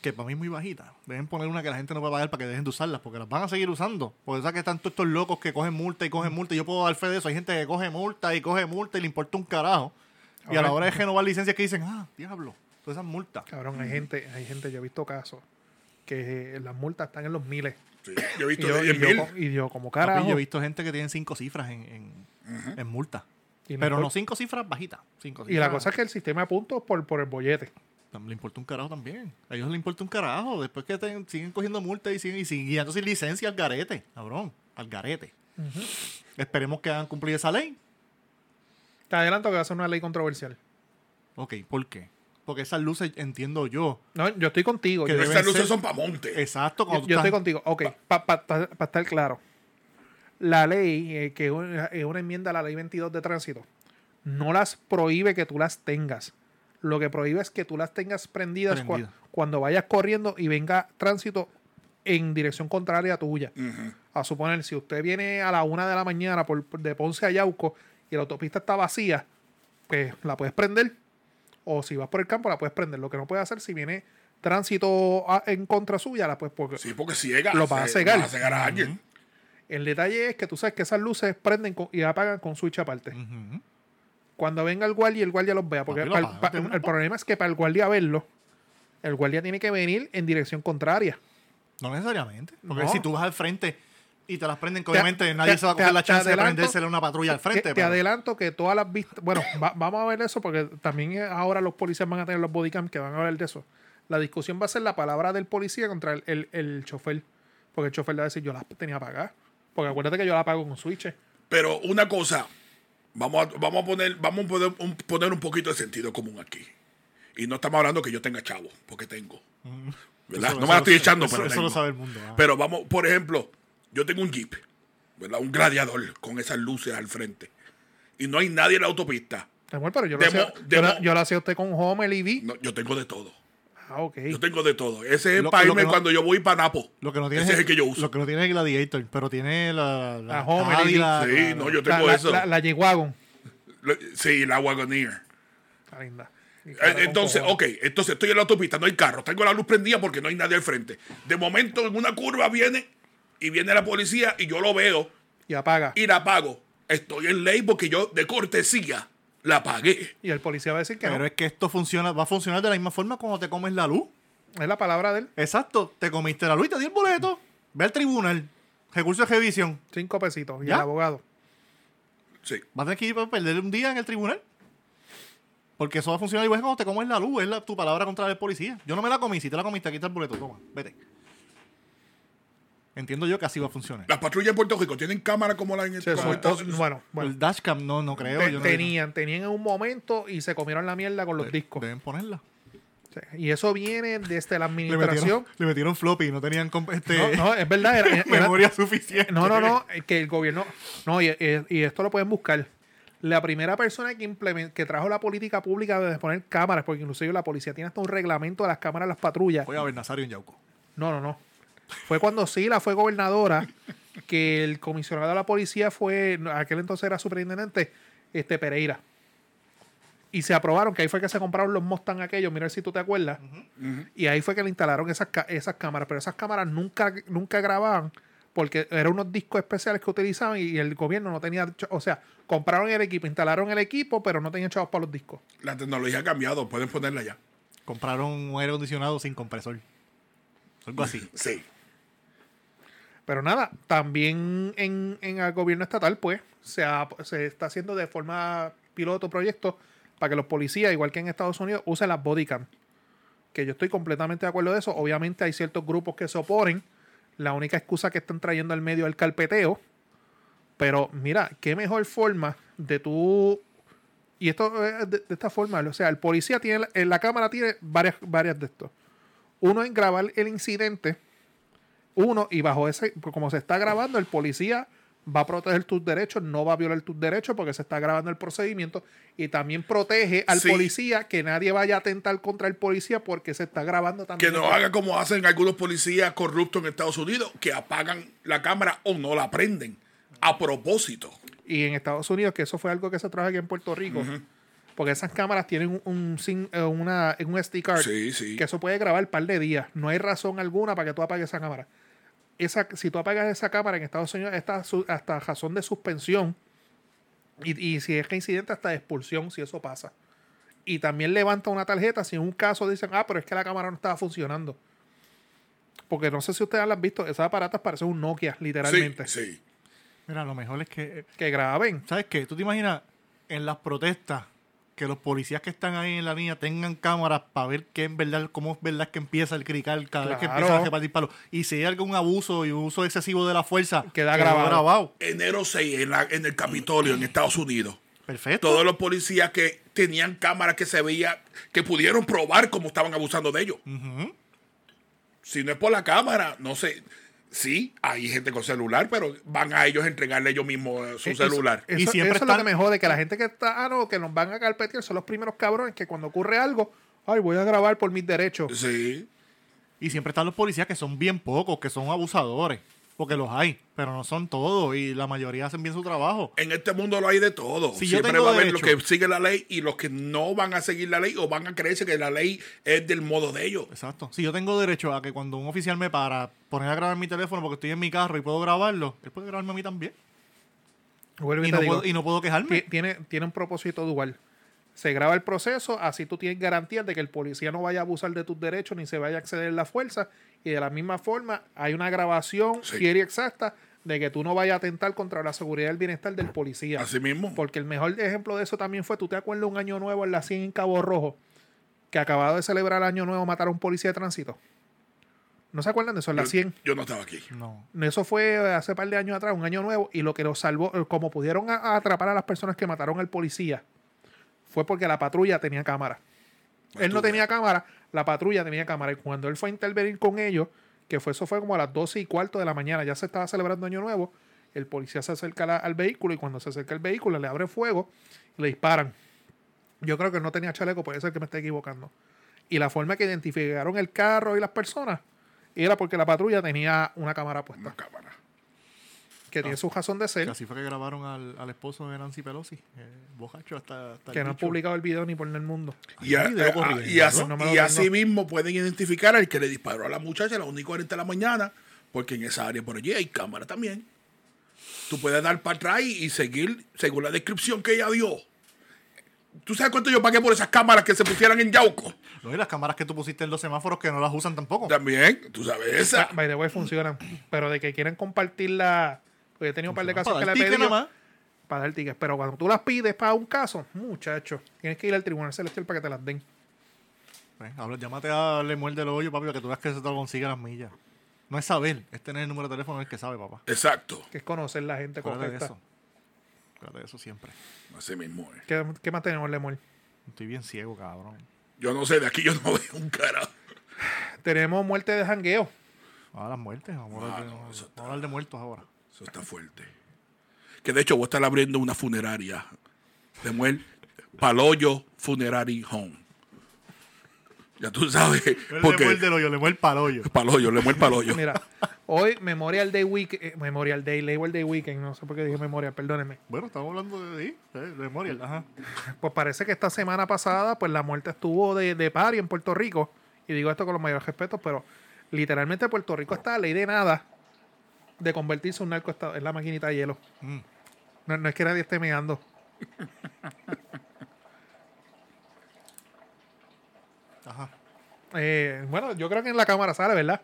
que para mí es muy bajita. Deben poner una que la gente no va a pagar para que dejen de usarlas, porque las van a seguir usando. Porque sabes que están todos estos locos que cogen multa y cogen multa. y Yo puedo dar fe de eso. Hay gente que coge multa y coge multa y le importa un carajo. Y a la Ahora- hora de renovar licencias que dicen, ah, diablo, todas esas multas. Cabrón, hay gente, hay gente, yo he visto casos que eh, las multas están en los miles. Sí, yo he Y visto yo, de y 10 yo mil. co- y yo como Papi, carajo. yo he visto gente que tienen cinco cifras en, en, en multa. Y no Pero por- no cinco cifras bajitas. Cinco Y la cifras- cosa es que el sistema de puntos por, por el bollete. tam- le importa un carajo también. A ellos les importa un carajo. Después que te- siguen cogiendo multas y siguen y siguen guiando sin licencia al garete, cabrón, al garete. Esperemos que hagan cumplir esa ley. Te adelanto que va a ser una ley controversial. Ok, ¿por qué? Porque esas luces entiendo yo. No, yo estoy contigo. Que Yo, debe- Estas deben luces ser- son para monte. Exacto, yo- cuando tú yo estoy estás- contigo. Ok, para estar claro. La ley, eh, que es una- es una enmienda a la ley 22 de tránsito, no las prohíbe que tú las tengas. Lo que prohíbe es que tú las tengas prendidas cua- Prendidas. cuando vayas corriendo y venga tránsito en dirección contraria a tuya. Ujú. A suponer, si usted viene a la una de la mañana por, de Ponce a Yauco y la autopista está vacía, pues la puedes prender. O si vas por el campo, la puedes prender. Lo que no puede hacer si viene tránsito a- en contra suya, la puedes porque Sí, porque ciega. Lo vas a se- cegar. vas a cegar a alguien. El detalle es que tú sabes que esas luces prenden con- y apagan con switch aparte. Ujú. Cuando venga el guardia, el guardia los vea. Porque Mm. Papi, lo pa'l- apaga, este pa- tiene una el pa- problema es que para el guardia verlo, el guardia tiene que venir en dirección contraria. No necesariamente. Porque No. si tú vas al frente y te las prenden, que Te- obviamente nadie te- se va a te- coger la te chance de adelanto- prendérsela a una patrulla al frente. Te- te pero- adelanto que todas las vistas. Bueno, va- vamos a ver eso porque también eh, ahora los policías van a tener los bodycam que van a hablar de eso. La discusión va a ser la palabra del policía contra el, el- el chofer. Porque el chofer le va a decir, yo las tenía apagadas. Porque acuérdate que yo las apago con switches. Pero una cosa, vamos a, vamos a poner, vamos a poner un, poner un poquito de sentido común aquí. Y no estamos hablando que yo tenga chavo, porque tengo. ¿Verdad? Eso- no me la eso- estoy echando, eso- pero Eso tengo. lo sabe el mundo. ah. Pero vamos, por ejemplo, yo tengo un jeep, ¿verdad? Un gladiador con esas luces al frente. Y no hay nadie en la autopista. Mi amor, pero yo lo, Demo- hacía, yo, la- demo- yo lo hacía usted con Homer y Vi. No, yo tengo de todo. Ah, ok. Yo tengo de todo. Ese es Lo- para lo irme que no- cuando yo voy para Napo. Lo que no tiene Ese es el que yo uso. Lo que no tiene es Gladiator, pero tiene la. La, La Homer y- Cadillac, sí, la- no, la- yo La, tengo la, eso. la- la G-Wagon. Lo- sí, la Wagoneer. Está linda. Y cara Eh, con Entonces, cojones. ok, entonces estoy en la autopista, no hay carro, tengo la luz prendida porque no hay nadie al frente. De momento, en una curva viene y viene la policía y yo lo veo Y apaga. Y, y la apago. Estoy en ley porque yo de cortesía la apagué. el policía va a decir que Pero no. es que esto funciona, va a funcionar de la misma forma cuando te comes la luz. Es la palabra de él. Exacto, te comiste la luz y te di el boleto. Ve al tribunal, recurso de revisión. Cinco pesitos. Y ¿Ya? el abogado. Sí. Vas a tener que ir a perder un día en el tribunal. Porque eso va a funcionar igual que cuando te comes la luz, es la- tu palabra contra el policía. Yo no me la comí, si te la comiste, aquí está el boleto, toma, vete. Entiendo yo que así va a funcionar. Las patrullas en Puerto Rico tienen cámara como la en el Se como soltó- Estados- bueno, bueno. El dashcam no, no creo. Te- yo no- tenían, tenían en un momento y se comieron la mierda con los de- discos. Deben ponerla. Sí. Y eso viene desde la Le administración. metieron, le metieron floppy y no tenían comp- este, No, no, es verdad. era- era- memoria suficiente. no, no, no, eh, que el gobierno. No, y, y- y esto lo pueden buscar. La primera persona que, implemen- que trajo la política pública de poner cámaras, porque inclusive la policía tiene hasta un reglamento de las cámaras, las patrullas. Voy a ver Nazario en Yauco. No, no, no. Fue cuando Sila fue gobernadora que el comisionado de la policía fue, no, aquel entonces era superintendente, este Pereira. Y se aprobaron, que ahí fue que se compraron los Mustang aquellos, mira a ver si tú te acuerdas. Y ahí fue que le instalaron esas, ca- esas cámaras, pero esas cámaras nunca, nunca grababan porque eran unos discos especiales que utilizaban y el gobierno no tenía, cho- o sea, compraron el equipo, instalaron el equipo, pero no tenían chavos para los discos. La tecnología ha cambiado, pueden ponerla ya. Compraron un aire acondicionado sin compresor. Algo así. Sí. Pero nada, también en, en el gobierno estatal, pues, se, ha- se está haciendo de forma piloto proyecto para que los policías, igual que en Estados Unidos, usen las bodycam. Que yo estoy completamente de acuerdo de eso. Obviamente hay ciertos grupos que se oponen. La única excusa que están trayendo al medio es el carpeteo. Pero mira, qué mejor forma de tú... Y esto eh, de, de esta forma, o sea, el policía tiene, la- en la cámara tiene varias, varias de estos. Uno en grabar el incidente, uno, y bajo ese, como se está grabando, el policía va a proteger tus derechos, no va a violar tus derechos porque se está grabando el procedimiento y también protege al Sí. policía que nadie vaya a atentar contra el policía porque se está grabando Que también. no haga como hacen algunos policías corruptos en Estados Unidos, que apagan la cámara o no la prenden. A propósito. Y en Estados Unidos, que eso fue algo que se trajo aquí en Puerto Rico, porque esas cámaras tienen un, un, SIM, eh, una, un SD card Sí, sí. que eso puede grabar un par de días. No hay razón alguna para que tú apagues esa cámara. Esa, si tú apagas esa cámara en Estados Unidos, está su- hasta razón de suspensión. Y, y si es que incidente, hasta de expulsión, si eso pasa. Y también levanta una tarjeta si en un caso dicen, ah, pero es que la cámara no estaba funcionando. Porque no sé si ustedes las han visto, esas aparatas parecen un Nokia, Sí, literalmente. sí. Mira, lo mejor es que. eh, Que graben. ¿Sabes qué? ¿Tú te imaginas en las protestas que los policías que están ahí en la línea tengan cámaras para ver qué es verdad, cómo es verdad que empieza el crical cada vez que Claro. empiezan a repartir palos. Y si hay algún abuso y uso excesivo de la fuerza, Queda quedó grabado. Enero 6 en, la- en el Capitolio, en Estados Unidos. Perfecto. Todos los policías que tenían cámaras que se veía, que pudieron probar cómo estaban abusando de ellos. Si no es por la cámara, no sé. Sí, hay gente con celular, pero van a ellos a entregarle ellos mismos eh, su Eso- celular. Eso, Y siempre eso es lo están- que me jode, que la gente que está, ah, no, que nos van a carpetear son los primeros cabrones que cuando ocurre algo, ay, voy a grabar por mis derechos. Sí. Y siempre están los policías que son bien pocos, que son abusadores, porque los hay, pero no son todos y la mayoría hacen bien su trabajo. En este mundo lo hay de todo. Si yo Siempre tengo va a haber derecho. los que siguen la ley y los que no van a seguir la ley o van a creerse que la ley es del modo de ellos. Exacto. Si yo tengo derecho a que cuando un oficial me para poner a grabar mi teléfono porque estoy en mi carro y puedo grabarlo, él puede grabarme a mí también. Vuelvo y Y te no, digo, puedo, y no puedo ti- quejarme. tiene, tiene un propósito dual. Se graba el proceso, así tú tienes garantías de que el policía no vaya a abusar de tus derechos ni se vaya a acceder a la fuerza. Y de la misma forma, hay una grabación Sí. fiel y exacta de que tú no vayas a atentar contra la seguridad y el bienestar del policía. Así mismo. Porque el mejor ejemplo de eso también fue, tú te acuerdas un año nuevo en la 100 en Cabo Rojo, que acabado de celebrar el año nuevo mataron a un policía de tránsito. ¿No se acuerdan de eso? En la Yo- 100. Yo no estaba aquí. No. Eso fue hace par de años atrás, un año nuevo, y lo que los salvó, eh, como pudieron a- a atrapar a las personas que mataron al policía, fue porque la patrulla tenía cámara. Él no Patrulla. tenía cámara, la patrulla tenía cámara. Y cuando él fue a intervenir con ellos, que fue eso fue como a las 12 y cuarto de la mañana, ya se estaba celebrando Año Nuevo, el policía se acerca la- al vehículo y cuando se acerca el vehículo le abre fuego y le disparan. Yo creo que no tenía chaleco, puede ser que me esté equivocando. Y la forma que identificaron el carro y las personas era porque la patrulla tenía una cámara puesta, Una cámara. que Ah, tiene su razón de Que ser, así fue que grabaron al, al esposo de Nancy Pelosi, eh, bojacho hasta, hasta el que no han bicho. publicado el video ni por el mundo. Y, a- video a- corriendo, y así, No me lo y así tengo. mismo pueden identificar al que le disparó a la muchacha a las 1 y 40 de la mañana, porque en esa área por allí hay cámara también. Tú puedes dar para atrás y, y seguir según la descripción que ella dio. ¿Tú sabes cuánto yo pagué por esas cámaras que se pusieran en Yauco? No, y las cámaras que tú pusiste en los semáforos que no las usan Oh. tampoco. También, tú sabes esa. By the way, funcionan. Pero de que quieren compartirla. Porque he tenido un par de casos Para que dar la he ticket pedido nada más. para dar tickets. Pero cuando tú las pides para un caso, muchacho, tienes que ir al tribunal celestial para que te las den. Ven, Pues, habla- llámate a Le Muerde el Hoyo, papi, para que tú veas que se te lo consigue a las millas. No es saber, es tener el número de teléfono, es el que sabe, papá. Exacto. Que es conocer la gente Acuérdate de correcta. eso. Acuérdate de eso siempre. Así mismo. eh. ¿Qué, qué más tenemos, Lemur? Estoy bien ciego, cabrón. Yo no sé, de aquí yo no veo un carajo. Tenemos muerte de jangueo. Ahora las muertes, vamos a hablar, de, Ah, no, eso vamos a hablar de muertos ahora. Eso está fuerte. Que de hecho voy a estar abriendo una funeraria. Samuel Paloyo Funerary Home. Ya tú sabes. Le Porque Muerde el Hoyo, Le Muerde el Palollo. Paloyo, le muere Paloyo. Mira, hoy Memorial Day Week, eh, Memorial Day, Labor Day Weekend, no sé por qué dije Memorial, perdónenme. Bueno, estamos hablando de ahí, de, de Moriel, ajá. Pues parece que esta semana pasada, pues la muerte estuvo de, de pari en Puerto Rico. Y digo esto con los mayores respetos, pero literalmente Puerto Rico está a ley de nada de convertirse en un narcoestado. Es la maquinita de hielo. Mm. No, no es que nadie esté meando. Ajá. Eh, bueno, yo creo que en la cámara sale, ¿verdad?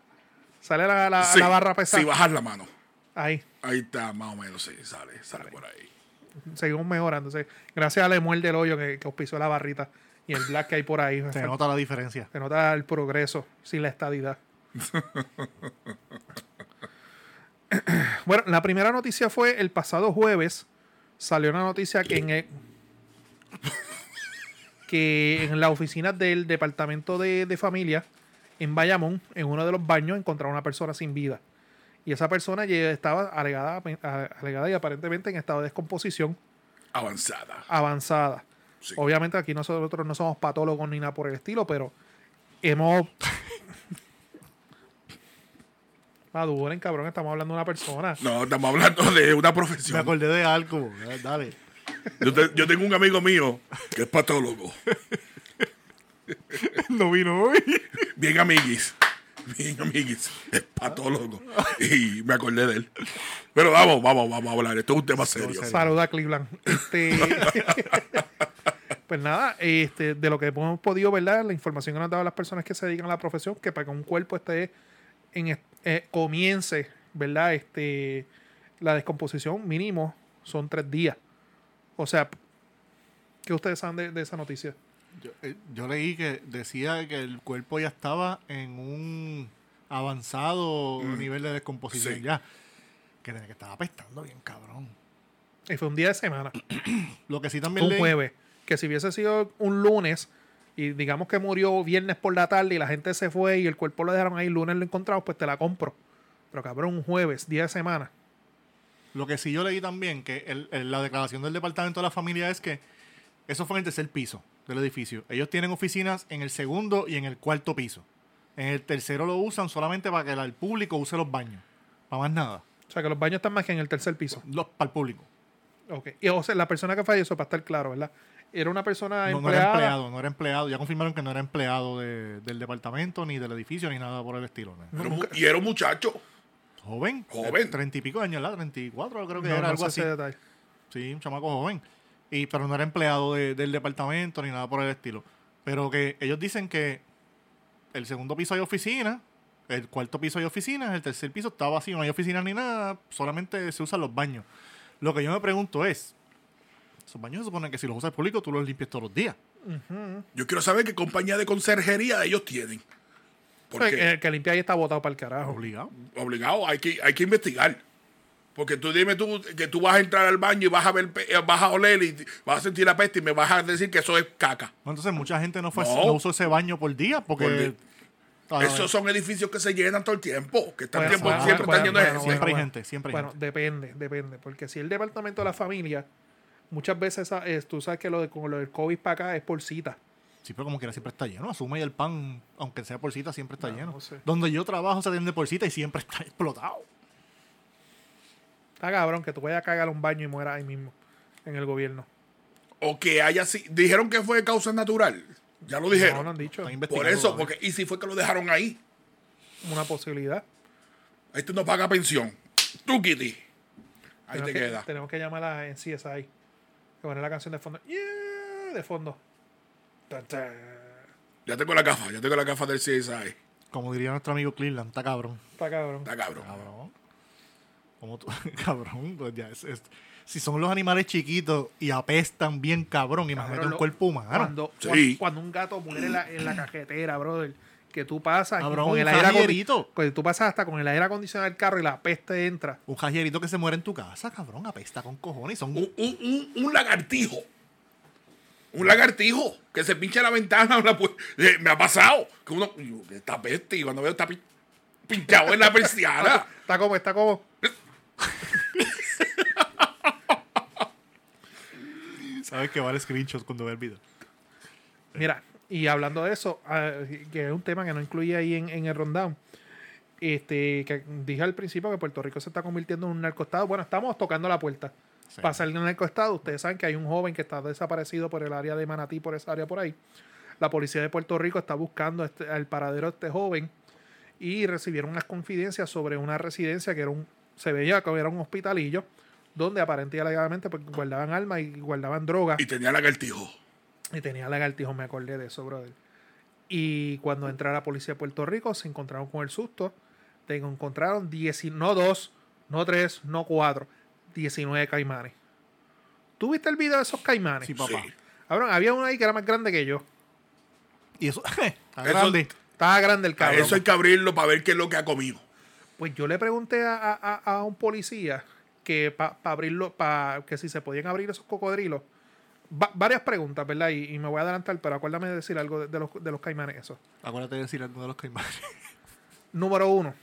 Sale la, la- Sí, la barra pesada. Si bajas la mano. Ahí, Ahí está, más o menos, sí, sale, sale por ahí. seguimos mejorando. Entonces, gracias a Lemuel del Hoyo que, que auspició la barrita y el black que hay por ahí. Se nota la diferencia. Se nota el progreso sin la estadidad. bueno, la primera noticia fue el pasado jueves. Salió una noticia que en, el- que en la oficina del Departamento de, de Familia en Bayamón, en uno de los baños, encontraron una persona sin vida. Y esa persona ya estaba alegada, alegada y aparentemente en estado de descomposición Avanzada. avanzada. Sí. Obviamente aquí nosotros no somos patólogos ni nada por el estilo, pero hemos... Maduren, cabrón, estamos hablando de una persona. No, estamos hablando de una Me profesión. acordé de algo, eh, dale. Yo, te- yo tengo un amigo mío que es patólogo. No vino hoy. Bien amiguis. Bien amiguis. Es patólogo. Y me acordé de él. Pero vamos, vamos, vamos a hablar. Esto es un tema serio. Saluda a Cleveland. Este, pues nada, este, de lo que hemos podido ver, la información que nos han dado las personas que se dedican a la profesión, que para que un cuerpo esté en est- eh, comience, ¿verdad? Este, la descomposición mínimo son tres días. O sea, ¿Qué ustedes saben de, de esa noticia? Yo, eh, yo leí que decía que el cuerpo ya estaba en un avanzado nivel de descomposición Sí. ya. Que tenía que estar apestando bien, cabrón. Y Eh, fue un día de semana, Lo que sí también un leí. jueves. Que si hubiese sido un lunes y digamos que murió viernes por la tarde y la gente se fue y el cuerpo lo dejaron ahí, lunes lo encontramos, pues te la compro. Pero cabrón, un jueves, día de semana. Lo que sí yo leí también, que el- el- la declaración del Departamento de la Familia es que eso fue en el tercer piso del edificio. Ellos tienen oficinas en el segundo y en el cuarto piso. En el tercero lo usan solamente para que la- el público use los baños. Para más nada. O sea que los baños están más que en el tercer piso. Los, para el público. Ok. Y o sea, la persona que falleció, para estar claro, ¿verdad? Era una persona No, no era empleada. empleado, no era empleado. Ya confirmaron que no era empleado de- del departamento, ni del edificio, ni nada por el estilo. ¿no? Era un mu- y era un muchacho. Joven. Eh, Joven. Treinta y pico de años, ¿verdad? Treinta y cuatro creo que No, era no algo sé así. ese detalle. Sí, un chamaco joven. Y, pero no era empleado de- del departamento ni nada por el estilo. Pero que ellos dicen que el segundo piso hay oficinas, el cuarto piso hay oficinas, el tercer piso está vacío, no hay oficinas ni nada, solamente se usan los baños. Lo que yo me pregunto es, esos baños se supone que si los usa el público tú los limpias todos los días. Yo quiero saber qué compañía de conserjería ellos tienen. Porque Eh, El que limpia ahí está botado para el carajo. Obligado. obligado, hay que, hay que investigar. Porque tú dime tú que tú vas a entrar al baño y vas a ver, pe- eh, vas a oler y vas a sentir la peste y me vas a decir que eso es caca. No, Entonces mucha gente no, fue, No. no usó ese baño por día porque... Por día. Ah, Esos son edificios que se llenan todo el tiempo, que están Bueno, tiempo, bueno, siempre Pues, ah, bueno, están llenos de bueno, gente. Siempre hay gente, siempre hay bueno, gente. depende, depende. Porque si el departamento de la familia, muchas veces esa- es- tú sabes que lo, de, con lo del COVID para acá es por cita. Sí, pero como quiera siempre está lleno. Asume y el pan, aunque sea por cita, siempre está lleno. no sé. Donde yo trabajo se atiende por cita y siempre está explotado. Está cabrón que tú vayas a cagar a un baño y mueras ahí mismo, en el gobierno. O que haya así. Dijeron que fue de causa natural. Ya lo dijeron. No, no han dicho. Están Por investigando eso, todavía. porque, y si fue que lo dejaron ahí. Una posibilidad. Este no paga pensión. Tú, Kitty. Ahí te que, queda. Tenemos que llamarla en CSI. Que poner la canción de fondo. Yeah, de fondo. Tan, tan. Ya tengo la gafa, ya tengo la gafa del CSI. Como diría nuestro amigo Cleveland, está cabrón. Está cabrón. Está cabrón. Cabrón. Como tú, cabrón, pues ya es, es- Si son los animales chiquitos y apestan bien cabrón, imagínate Cabrón, un lo- cuerpo humano. Cuando, Sí. cuando, cuando un gato muere en la, en la cajetera, brother, que tú pasas y Cabrón, con el un aire acondicionado. janguerito. tú pasas hasta con el aire acondicionado del carro y la peste entra. Un jajerito que se muere en tu casa, cabrón, apesta con cojones. y Son Un, un- un- un lagartijo. Un lagartijo que se pinche la ventana. una pu- eh, me ha pasado. Que uno. yo, Esta bestia. Y cuando veo está pin- pinchado en la persiana. Está como, está como. Sabes que vale screenshots cuando ve el video. Mira, y hablando de eso, ah, que es un tema que no incluía ahí en, en el rundown, este, que dije al principio que Puerto Rico se está convirtiendo en un narcoestado. Bueno, estamos tocando la puerta. Sí. Para salir del narcoestado, ustedes saben que hay un joven que está desaparecido por el área de Manatí, por esa área por ahí. La policía de Puerto Rico está buscando este- el paradero de este joven y recibieron unas confidencias sobre una residencia que era un, se veía que era un hospitalillo donde aparentemente pues, guardaban alma y guardaban droga. Y tenía lagartijo. Y tenía lagartijo, me acordé de eso, brother. Y cuando entra la policía de Puerto Rico, se encontraron con el susto. Te encontraron 19, no dos, no tres, no cuatro, 19 caimanes. ¿Tú viste el video de esos caimanes? Sí, papá. Sí. Cabrón, había uno ahí que era más grande que yo. Y eso. está Eso- grande. Estaba grande el A cabrón. eso hay que abrirlo para ver qué es lo que ha comido. Pues yo le pregunté a, a- a- a un policía que para abrirlo, pa- que si se podían abrir esos cocodrilos. Va- varias preguntas, ¿verdad? Y, y me voy a adelantar, pero acuérdame de decir algo de, de los, de los caimanes esos. Acuérdate de decir algo de los caimanes. Número uno,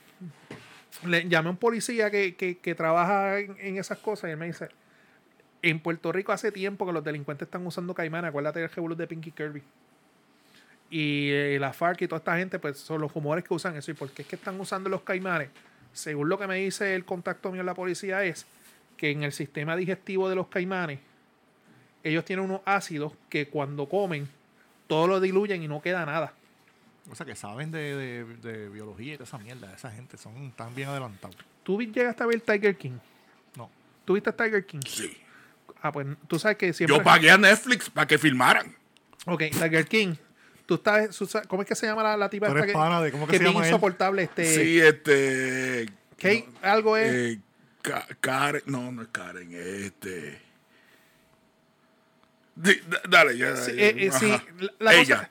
le llamé a un policía que, que- que trabaja en, en esas cosas y él me dice, en Puerto Rico hace tiempo que los delincuentes están usando caimán, acuérdate del revolú de Pinky Kirby. Y eh, la FARC y toda esta gente, pues son los rumores que usan eso. ¿Y por qué es que están usando los caimanes? Según lo que me dice el contacto mío en la policía es que en el sistema digestivo de los caimanes, ellos tienen unos ácidos que cuando comen, todo lo diluyen y no queda nada. O sea, que saben de, de- de biología y toda esa mierda. Esa gente son tan bien adelantados. ¿Tú vi- llegaste a ver Tiger King? No. ¿Tuviste Tiger King? Sí. Ah, pues tú sabes que siempre. Yo pagué a Netflix para que filmaran. Ok, Tiger King. Tú sabes, tú sabes- ¿cómo es que se llama la, la tipa Tú eres esta que, pana de- ¿cómo que que es se bien llama él? insoportable este. Sí, este. Kate, algo es. eh, Ka- Karen. No, no es Karen. Este. Sí, da- dale, ya. Sí, ya, eh, eh, sí, ajá. la cosa- ella.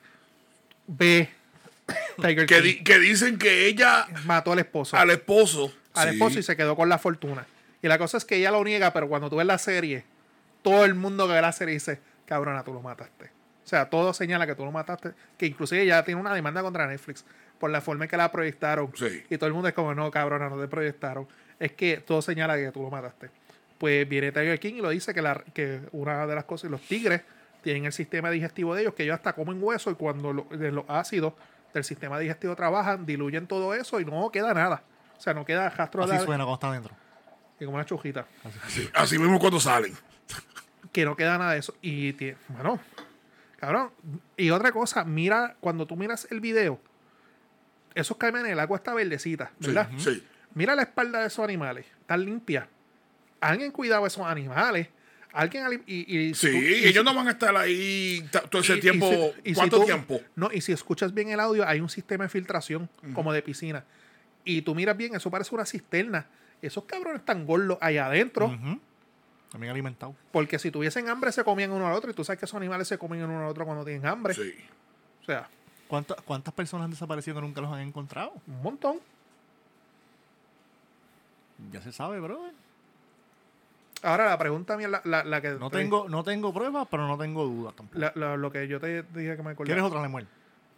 B. Tiger Que, King di- que dicen que ella mató al esposo. al esposo. al Sí. esposo y se quedó con la fortuna. Y la cosa es que ella lo niega, pero cuando tú ves la serie, todo el mundo que ve la serie dice, cabrona, tú lo mataste. O sea, todo señala que tú lo mataste, que inclusive ella tiene una demanda contra Netflix por la forma en que la proyectaron. Sí. Y todo el mundo es como, no, cabrona, no te proyectaron. Es que todo señala que tú lo mataste. Pues viene Tiger King y lo dice que, la, que una de las cosas, los tigres tienen el sistema digestivo de ellos, que ellos hasta comen hueso y cuando lo- de los ácidos del sistema digestivo trabajan, diluyen todo eso y no queda nada. O sea, no queda rastro de Así suena cuando está adentro. y como una chujita. Sí, Así mismo cuando salen. Que no queda nada de eso. Y, tie- bueno, cabrón. Y otra cosa, mira, cuando tú miras el video, esos caimanes, el agua está verdecita, Sí, ¿verdad? sí. Mira la espalda de esos animales, están limpias. Alguien cuidaba a esos animales. Alguien. ali- Y, y- Sí, tú- y- ellos no van a estar ahí ta- todo ese y- y tiempo. si- y si ¿Cuánto tú- tiempo? No, y si escuchas bien el audio, hay un sistema de filtración como de piscina. Y tú miras bien, eso parece una cisterna. Esos cabrones están gordos allá adentro. Ujú. También alimentado. Porque si tuviesen hambre se comían uno al otro y tú sabes que esos animales se comen uno al otro cuando tienen hambre. Sí. O sea, ¿Cuánta- ¿Cuántas personas han desaparecido y nunca los han encontrado? un montón. Ya se sabe, brother. Ahora la pregunta mía, la, la- la que... No te- tengo, no tengo pruebas, pero no tengo dudas tampoco. la- la- lo que yo te dije que me acordé. ¿Quieres otra, Lemuel?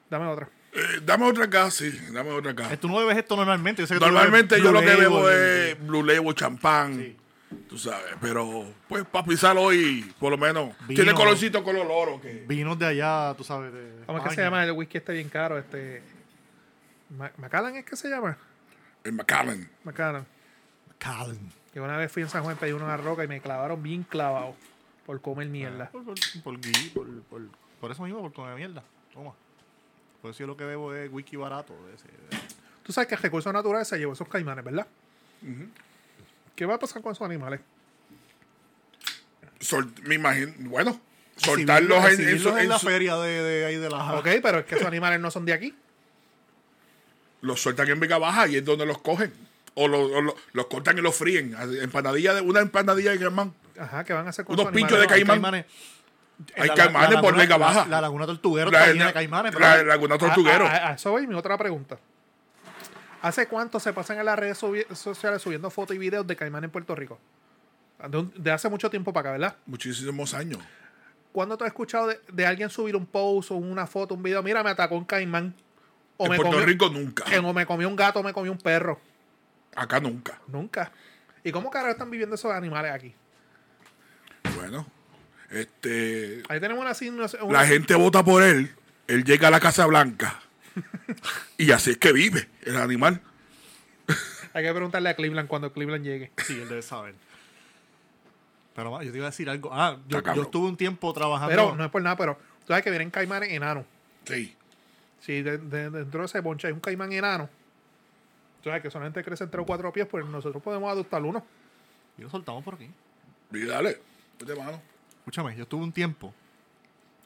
Dame otra. Eh, dame otra acá, sí. Dame otra acá. Eh, Tú no bebes esto normalmente. Yo sé que tú Normalmente bebes yo lo Blue que bebo Label, es Blue Label, champán. Tú sabes, pero pues para pisar hoy, por lo menos, Vino. tiene colorcito color oro. eh, Que... Vinos de allá, tú sabes. de ¿Cómo es que se España. llama el whisky este bien caro? Este... Ma- ¿Macallan es que se llama? El Macallan. Macallan. Calm. Que una vez fui en San Juan, pedí uno a la roca y me clavaron bien clavado por comer mierda. Ah. Por, por, por, gui- por, por, por eso mismo, por comer mierda. Toma. Por eso yo lo que bebo es whisky barato. de ese- de- Tú sabes que el recurso natural se llevó esos caimanes, ¿verdad? ¿Qué va a pasar con esos animales? Sol- me imagino, bueno, soltarlos en- en, Exhibirlos su- en en la su- feria de, de ahí de Ah. la... Ok, pero es que esos animales no son de aquí. los sueltan en Vega Baja y es donde los cogen. O, lo- o lo- los cortan y los fríen. Así, Empanadilla de, una empanadilla de caimán. Ajá, ¿qué van a hacer con Unos esos animales? pinchos de Hay caimán. caimanes. Hay La- la- caimanes la por laguna- Vega Baja. La, la laguna tortuguero La- está llena la- de caimanes. la- brother. la Laguna Ah, Tortuguero. A, a- a eso va mi otra pregunta. ¿Hace cuánto se pasan en las redes subi- sociales subiendo fotos y videos de caimán en Puerto Rico? De, un- de hace mucho tiempo para acá, ¿verdad? Muchísimos años. ¿Cuándo tú has escuchado de, de alguien subir un post o una foto, un video? Mira, me atacó un caimán. O en me Puerto comió, Rico nunca. en- o me comió un gato, o me comió un perro. Acá nunca. Nunca. ¿Y cómo carajo están viviendo esos animales aquí? Bueno, este, Ahí tenemos una, signo- una- la gente vota por él, él llega a la Casa Blanca y así es que vive el animal. Hay que preguntarle a Cleveland cuando Cleveland llegue. Sí, él debe saber. Pero ma, yo te iba a decir algo. Ah, yo, Está cabrón. yo estuve un tiempo Ah, trabajando. Pero no es por nada, pero tú sabes que vienen caimanes enanos. Sí. Si de- de- dentro de ese bonche hay un caimán enano, tú sabes que solamente crecen tres o cuatro pies, pues nosotros podemos adoptar uno. Y lo soltamos por aquí. Y dale, vete, mano. Escúchame, yo estuve un tiempo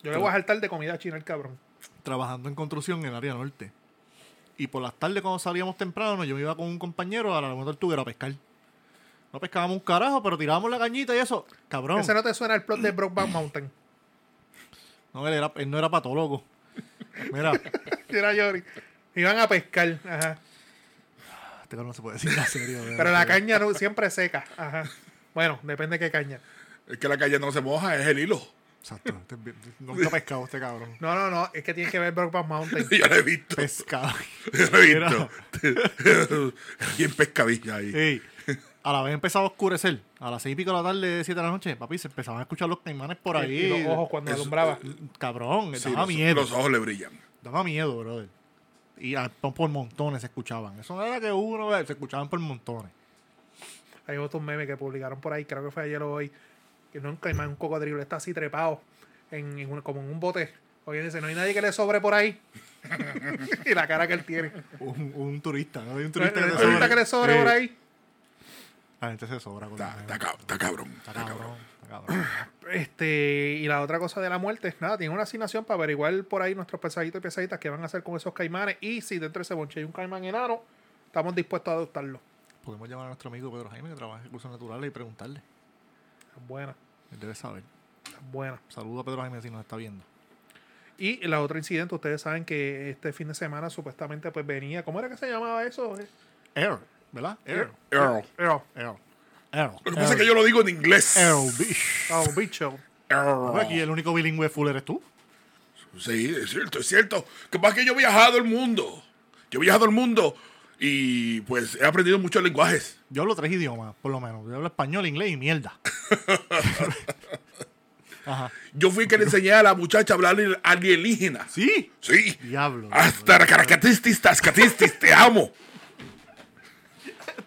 Yo le voy a saltar de comida china al cabrón. trabajando en construcción en el área norte. Y por las tardes, cuando salíamos temprano, yo me iba con un compañero a la laguna tortuguero a pescar. No pescábamos un carajo, pero tirábamos la cañita y eso. Cabrón. Ese no te suena el plot de Brockback Mountain. No, él, era, él no era patólogo. Mira, este Era Yori. Iban a pescar, ajá. cabrón no se puede decir en serio. de verdad. Pero la caña no, siempre seca, ajá. Bueno, depende de qué caña. Es que la calle no se moja, es el hilo. Exacto. este es bien- nunca ha pescado este cabrón. No, no, no, es que tiene que ver Brockback Mountain. Yo lo he visto. Pescado. Yo lo he visto. Bien pescadilla ahí. Ey, a la vez empezaba a oscurecer. A las seis y pico de la tarde, siete de la noche, papi, se empezaban a escuchar los caimanes por ahí. Y los ojos cuando Eso- alumbraba. Cabrón, Sí, daba los, miedo. los ojos le brillan. Daba miedo, brother. Y a- por por montones se escuchaban. Eso no era que uno, eh, se escuchaban por montones. Hay otros memes que publicaron por ahí, creo que fue ayer o hoy, que no es un caimán, un cocodrilo, está así trepado, en, en un- como en un bote. Oye, dice, no hay nadie que le sobre por ahí. y la cara que él tiene. Un, un turista, ¿no? Hay un No hay turista nadie te sobra. que le sobre Ey, por ahí. La gente se sobra con Está, la- está cab- está cabrón. está Está cabrón. cabrón, está cabrón. Este, y la otra cosa de la muerte es nada, tiene una asignación para averiguar por ahí nuestros pesaditos y pesaditas qué van a hacer con esos caimanes. Y si dentro de ese bonche hay un caimán enano, estamos dispuestos a adoptarlo. Podemos llamar a nuestro amigo Pedro Jaime que trabaja en recursos naturales y preguntarle. Es Buena, Él debe saber. es buenas. Saludos a Pedro Jaime si nos está viendo. Y la otra incidente, ustedes saben que este fin de semana supuestamente pues venía, ¿cómo era que se llamaba eso? Eh, Air, ¿verdad? Air. Earl. Earl. Air. Air. Lo que pasa es que yo lo digo en inglés. Air, bicho. Oh, bicho. Earl. Aquí el único bilingüe full eres tú. Sí, es cierto, es cierto. Que pasa es que yo he viajado el mundo. Yo he viajado el mundo y pues he aprendido muchos lenguajes. Yo hablo tres idiomas, por lo menos. Yo hablo español, inglés y mierda. Ajá. Yo fui que le enseñé a la muchacha a hablar en alienígena. Sí. Sí. Ah, Diablo. Hasta caracatistis, tascatistis, te amo.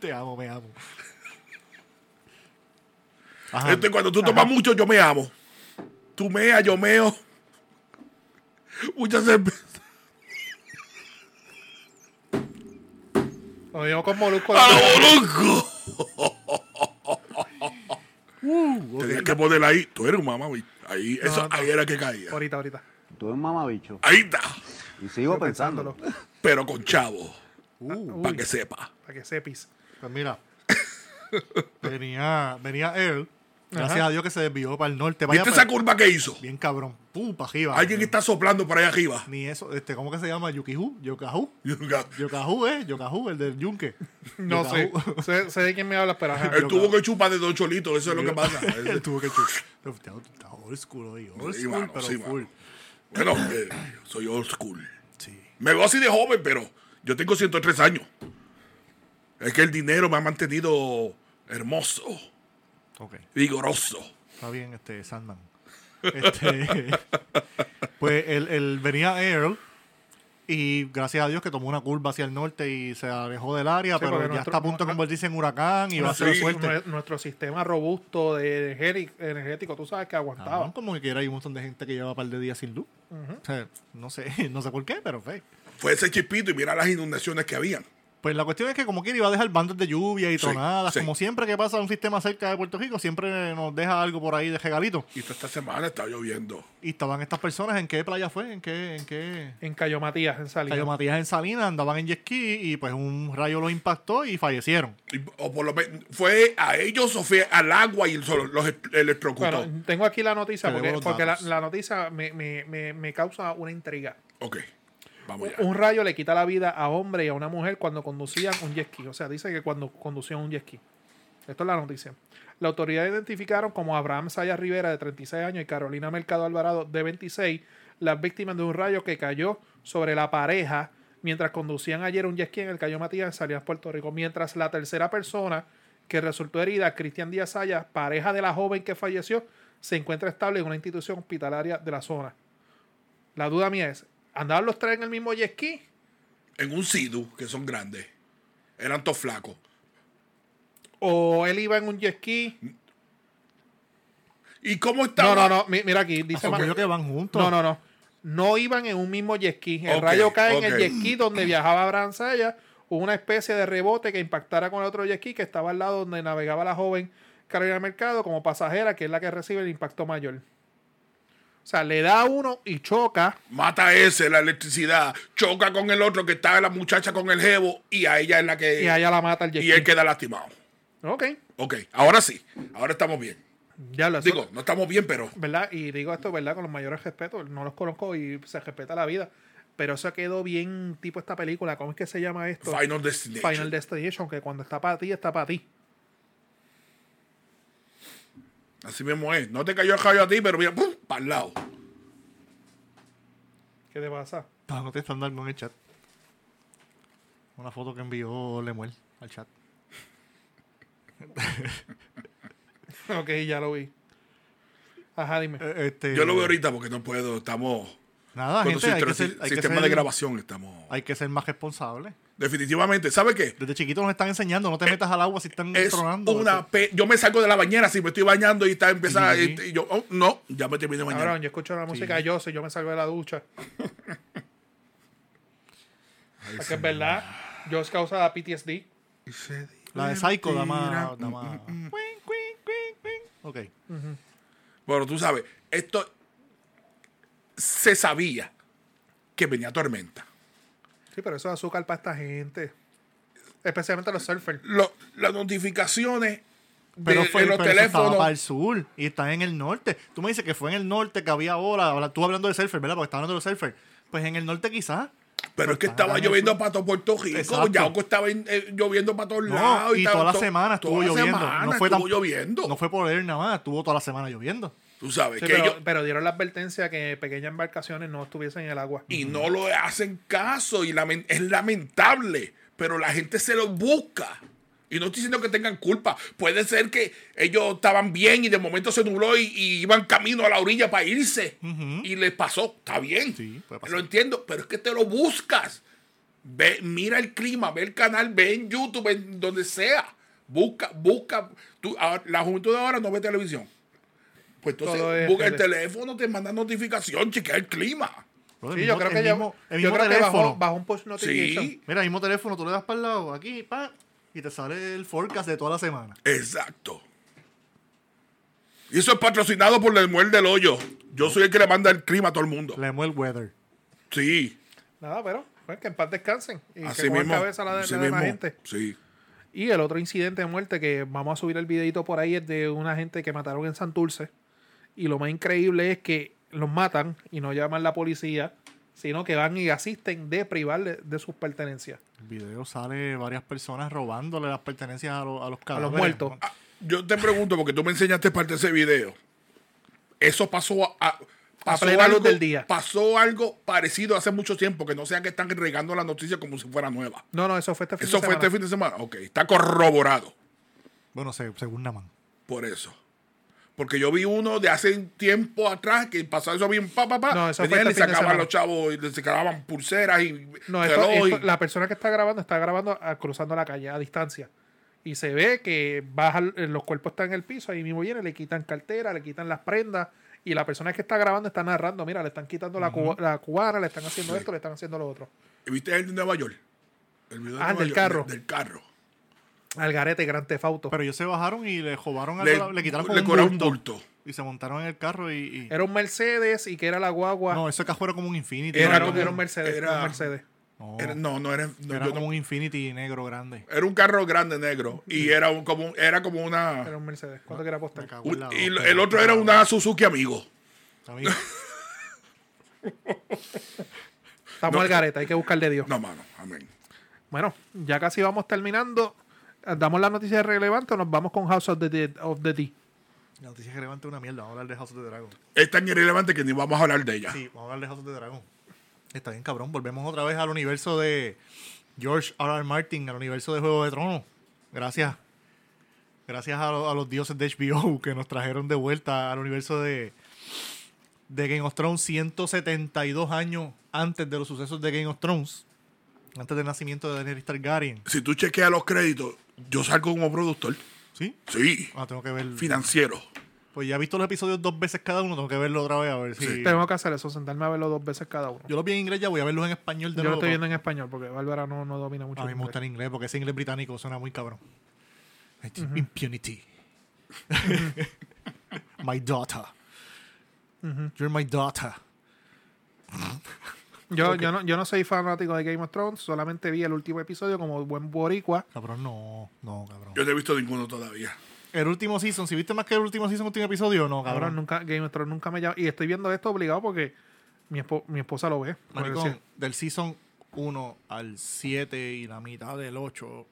Te amo, me amo. Ah, Este, cuando tú tomas mucho, yo me amo. Tú meas, yo meo. Muchas veces. Lo mismo con Molusco. ¡A lo bolonco! Uh, ok. Tenías que poner ahí. Tú eres un mamá, güey. Ahí, eso, no. ahí era que caía. Ahorita, ahorita. Tú eres un mamabicho. Ahí está. Y sigo pensándolo. Pensándolo. Pero con chavo. Uh, Para Uy. que sepa. Para que sepis. pues mira. venía, venía él. Gracias Ajá. a Dios que se desvió para el norte. Vaya ¿Viste pa- eh. esa curva que hizo? Bien cabrón. Pum, pa' arriba. Alguien está soplando por ahí arriba. Ni eso. Este, ¿Cómo que se llama? Yukihu. Yokahu. Él Yokahu, ¿eh? Yokahu, el del yunque. No sé. Yokahu. sé. Sé de quién me hablas, pero ajá. tuvo que chupar de dos cholitos. Eso es lo que pasa. Él tuvo que chupar. Pero usted- usted Está old school hoy. Old Sí, school, mano, pero sí, full. mano. Bueno, eh, soy old school. Sí. Me veo así de joven, pero yo tengo 103 años. Es que el dinero me ha mantenido hermoso, Ok. vigoroso. Está bien, este, Sandman. Este, pues él, él venía Earl y gracias a Dios que tomó una curva hacia el norte y se alejó del área, pero porque ya nuestro- está a punto de convertirse en huracán y va a nuestro, ser fuerte. nue- nuestro sistema robusto de energético, energético, tú sabes que aguantaba. Cabrón, como que quiera hay un montón de gente que lleva un par de días sin luz. O sea, no sé, no sé por qué, pero fe. Fue ese chispito y mira las inundaciones que habían. Pues la cuestión es que como quiera iba a dejar bandas de lluvia y Sí, tronadas, sí. como siempre que pasa un sistema cerca de Puerto Rico, siempre nos deja algo por ahí de regalito. Y toda esta semana estaba lloviendo. Y estaban estas personas, ¿en qué playa fue? ¿En qué? ¿En qué? En Cayo Matías, en Salinas. Cayo Matías en Salinas andaban en jet ski y pues un rayo los impactó y fallecieron. Y- o por lo menos, ¿fue a ellos o fue al agua y el sol- los el- electrocutó? Bueno, tengo aquí la noticia Tenemos porque, los porque la, datos. la noticia me, me- me- me causa una intriga. ok, vamos ya. Un rayo le quita la vida a hombre y a una mujer cuando conducían un jet ski. O sea, dice que cuando conducían un jet ski. Esto es la noticia. La autoridad identificaron como Abraham Sayas Rivera, de 36 años, y Carolina Mercado Alvarado, de 26, las víctimas de un rayo que cayó sobre la pareja mientras conducían ayer un jet ski en el Cayo Matías, en Salinas, Puerto Rico. Mientras la tercera persona que resultó herida, Cristian Díaz Sayas, pareja de la joven que falleció, se encuentra estable en una institución hospitalaria de la zona. La duda mía es, ¿andaban los tres en el mismo jet ski? En un Sidu, que son grandes. Eran todos flacos. ¿O él iba en un jet ski? ¿Y cómo No, estaba? no, no. mi- Mira aquí, dice... Son ma- ellos que van juntos. No, no, no. No iban en un mismo jet ski. El Ok, rayo cae en ok. el jet ski donde viajaba Abraham Sayas. Hubo una especie de rebote que impactara con el otro jet ski que estaba al lado donde navegaba la joven Carolina Mercado como pasajera, que es la que recibe el impacto mayor. O sea, le da a uno y choca. Mata a ese la electricidad, choca con el otro que está la muchacha con el jevo y a ella es la que. Y allá la mata el jet y él ski. queda lastimado. Ok. Ok, ahora sí, ahora estamos bien. Ya lo Digo, no estamos bien, pero. ¿verdad? Y digo esto, ¿verdad? Con los mayores respetos, no los conozco y se respeta la vida. Pero eso quedó bien tipo esta película, ¿cómo es que se llama esto? Final Destination. Final Destination, que cuando está para ti, está para ti. Así mismo es. No te cayó el rayo a ti, pero mira, ¡pum! para el lado. ¿Qué te pasa? Están contestando algo en el chat. Una foto que envió Lemuel al chat. ok, ya lo vi. Ajá, dime. Eh, Este, Yo lo veo ahorita porque no puedo. Estamos. Nada, con gente, los hay que, sistem- ser, hay, que sistema ser- de grabación estamos. hay que ser más responsables. Definitivamente. ¿Sabe qué? Desde chiquitos nos están enseñando, no te metas al agua si están Eh, Es tronando. una. pe- Yo me salgo de la bañera si me estoy bañando y está empezando. Sí. y- y yo, oh, no, ya me terminé de bañar. Cabrón, yo escucho la música de Jose, yo me salgo de la ducha. Porque es verdad, Jose causa PTSD. La de Psycho, dama. Mentira. Mm, dama. Cuin, cuin, cuin, cuin. Ok. Bueno, tú sabes, esto se sabía que venía tormenta. Sí, pero eso es azúcar para esta gente. Especialmente los surfers. Lo- las notificaciones Pero de- fue en los pero eso estaba para el teléfonos. sur y está en el norte. Tú me dices que fue en el norte que había ola. Habla- Tú hablando de surfer, ¿verdad? Porque está hablando de los surfer. Pues en el norte quizás. Pero es que estaba Exacto. lloviendo para todo Puerto Rico. Exacto. Yauco estaba en- eh, lloviendo para todos No, lados. y estaba toda la to- semana estuvo toda la lloviendo. semana no fue tan- estuvo lloviendo. No fue por él nada más. Estuvo toda la semana lloviendo. Tú sabes Sí, que pero, ellos- pero dieron la advertencia que pequeñas embarcaciones no estuviesen en el agua. y no lo hacen caso y lamen- es lamentable, pero la gente se lo busca. Y no estoy diciendo que tengan culpa. Puede ser que ellos estaban bien y de momento se nubló y, y iban camino a la orilla para irse. Y les pasó. Está bien. Sí, puede pasar. lo entiendo, pero es que te lo buscas. Ve, mira el clima, ve el canal, ve en YouTube, en donde sea. Busca, busca. Tú, ahora- la juventud de ahora no ve televisión. Pues Todo entonces es busca el tele. teléfono, te manda notificación, chequea el clima. Bro, el Sí, yo mismo- creo el que, ya- mismo- el yo mismo creo que teléfono. bajó, bajó un push notification. Sí, Mira, el mismo teléfono, tú le das para el lado, aquí, pa, y te sale el forecast de toda la semana. exacto. Y eso es patrocinado por el muel del hoyo. Yo soy el que le manda el clima a todo el mundo. Le el weather. Sí, Nada, pero pues, que en paz descansen. Y así que cojan mismo. cabeza la de, así la demás mismo, gente. Sí. Y el otro incidente de muerte que vamos a subir el videito por ahí es de una gente que mataron en Santurce. Y lo más increíble es que los matan y no llaman la policía, sino que van y asisten de privarle de sus pertenencias. El video sale varias personas robándole las pertenencias a, los- a los A cadáveres. los muertos. Ah, Yo te pregunto, porque tú me enseñaste parte de ese video. Eso pasó a. a- pasó plena luz algo- del día. Pasó algo parecido hace mucho tiempo, que no sea que están regando la noticia como si fuera nueva. No, no, eso fue este fin Eso de fue semana. este fin de semana. Ok, está corroborado. Bueno, se- según Naman. Por eso. Porque yo vi uno de hace un tiempo atrás que pasaba eso bien, pa, pa, pa. No, eso fue Venían este y fin de sacaban semana. los chavos y le sacaban pulseras y No, esto- reloj. esto- la persona que está grabando está grabando a- cruzando la calle a distancia. Y se ve que bajan, eh, los cuerpos están en el piso, ahí mismo vienen, le quitan cartera, le quitan las prendas. Y la persona que está grabando está narrando, mira, le están quitando la, cuba- la cubana, le están haciendo esto, le están haciendo lo otro. y- ¿Viste el de Nueva York? El video de Ah, el Nueva del York, carro. de- Del carro. Al garete, gran tefauto. Pero ellos se bajaron y le robaron algo, le, quitaron como le un cobraron bulto, bulto. Y se montaron en el carro y... y- Era un Mercedes y que era la guagua. no, ese cajón era como un Infinity. Era no, ¿no? como- era un Mercedes. era- era un Mercedes. No, Era- no, no era. no, era yo como no- un Infinity negro grande. era un carro grande negro. Y era un- como un- era como Era una. un Mercedes. ¿Cuánto que era apostar? Me cago en un- la y hostia. el otro era una Suzuki amigo. Amigo, Estamos al garete, hay que buscarle Dios. No, mano. Amén. Bueno, ya casi vamos terminando. Damos las noticias relevantes o nos vamos con House of the Dead. Of the Dead? La noticia es que levanta una mierda. Vamos a hablar de House of the Dragon. Es tan irrelevante que ni vamos a hablar de ella. Sí, vamos a hablar de House of the Dragon. Está bien, cabrón. Volvemos otra vez al universo de George R. R. Martin, al universo de Juego de Tronos. Gracias. Gracias a, lo- a los dioses de HBO que nos trajeron de vuelta al universo de, de Game of Thrones 172 años antes de los sucesos de Game of Thrones. Antes del nacimiento de Daenerys Targaryen. Si tú chequeas los créditos, yo salgo como productor. ¿Sí? Sí. Ah, tengo que ver. Financiero. Pues ya he visto los episodios dos veces cada uno, tengo que verlo otra vez a ver si. Tengo que hacer eso, sentarme a verlo dos veces cada uno. Yo, Yo los vi en inglés, ya voy a verlos en español de lo nuevo. estoy viendo en español porque Bárbara no, no domina mucho. A mí el me gusta inglés. el inglés porque ese inglés británico suena muy cabrón. Impunity. my daughter. You're my daughter. yo, yo, no, yo no soy fanático de Game of Thrones, solamente vi el último episodio como buen boricua. Cabrón, no, no, cabrón. Yo no he visto ninguno todavía. El último season, si viste más que el último season, último episodio, no, Ahora Ah, cabrón. nunca, Game of Thrones nunca me llama. Y estoy viendo esto obligado porque mi, espo- mi esposa lo ve. Porque Maricón, sí. del season 1 al 7 y la mitad del 8,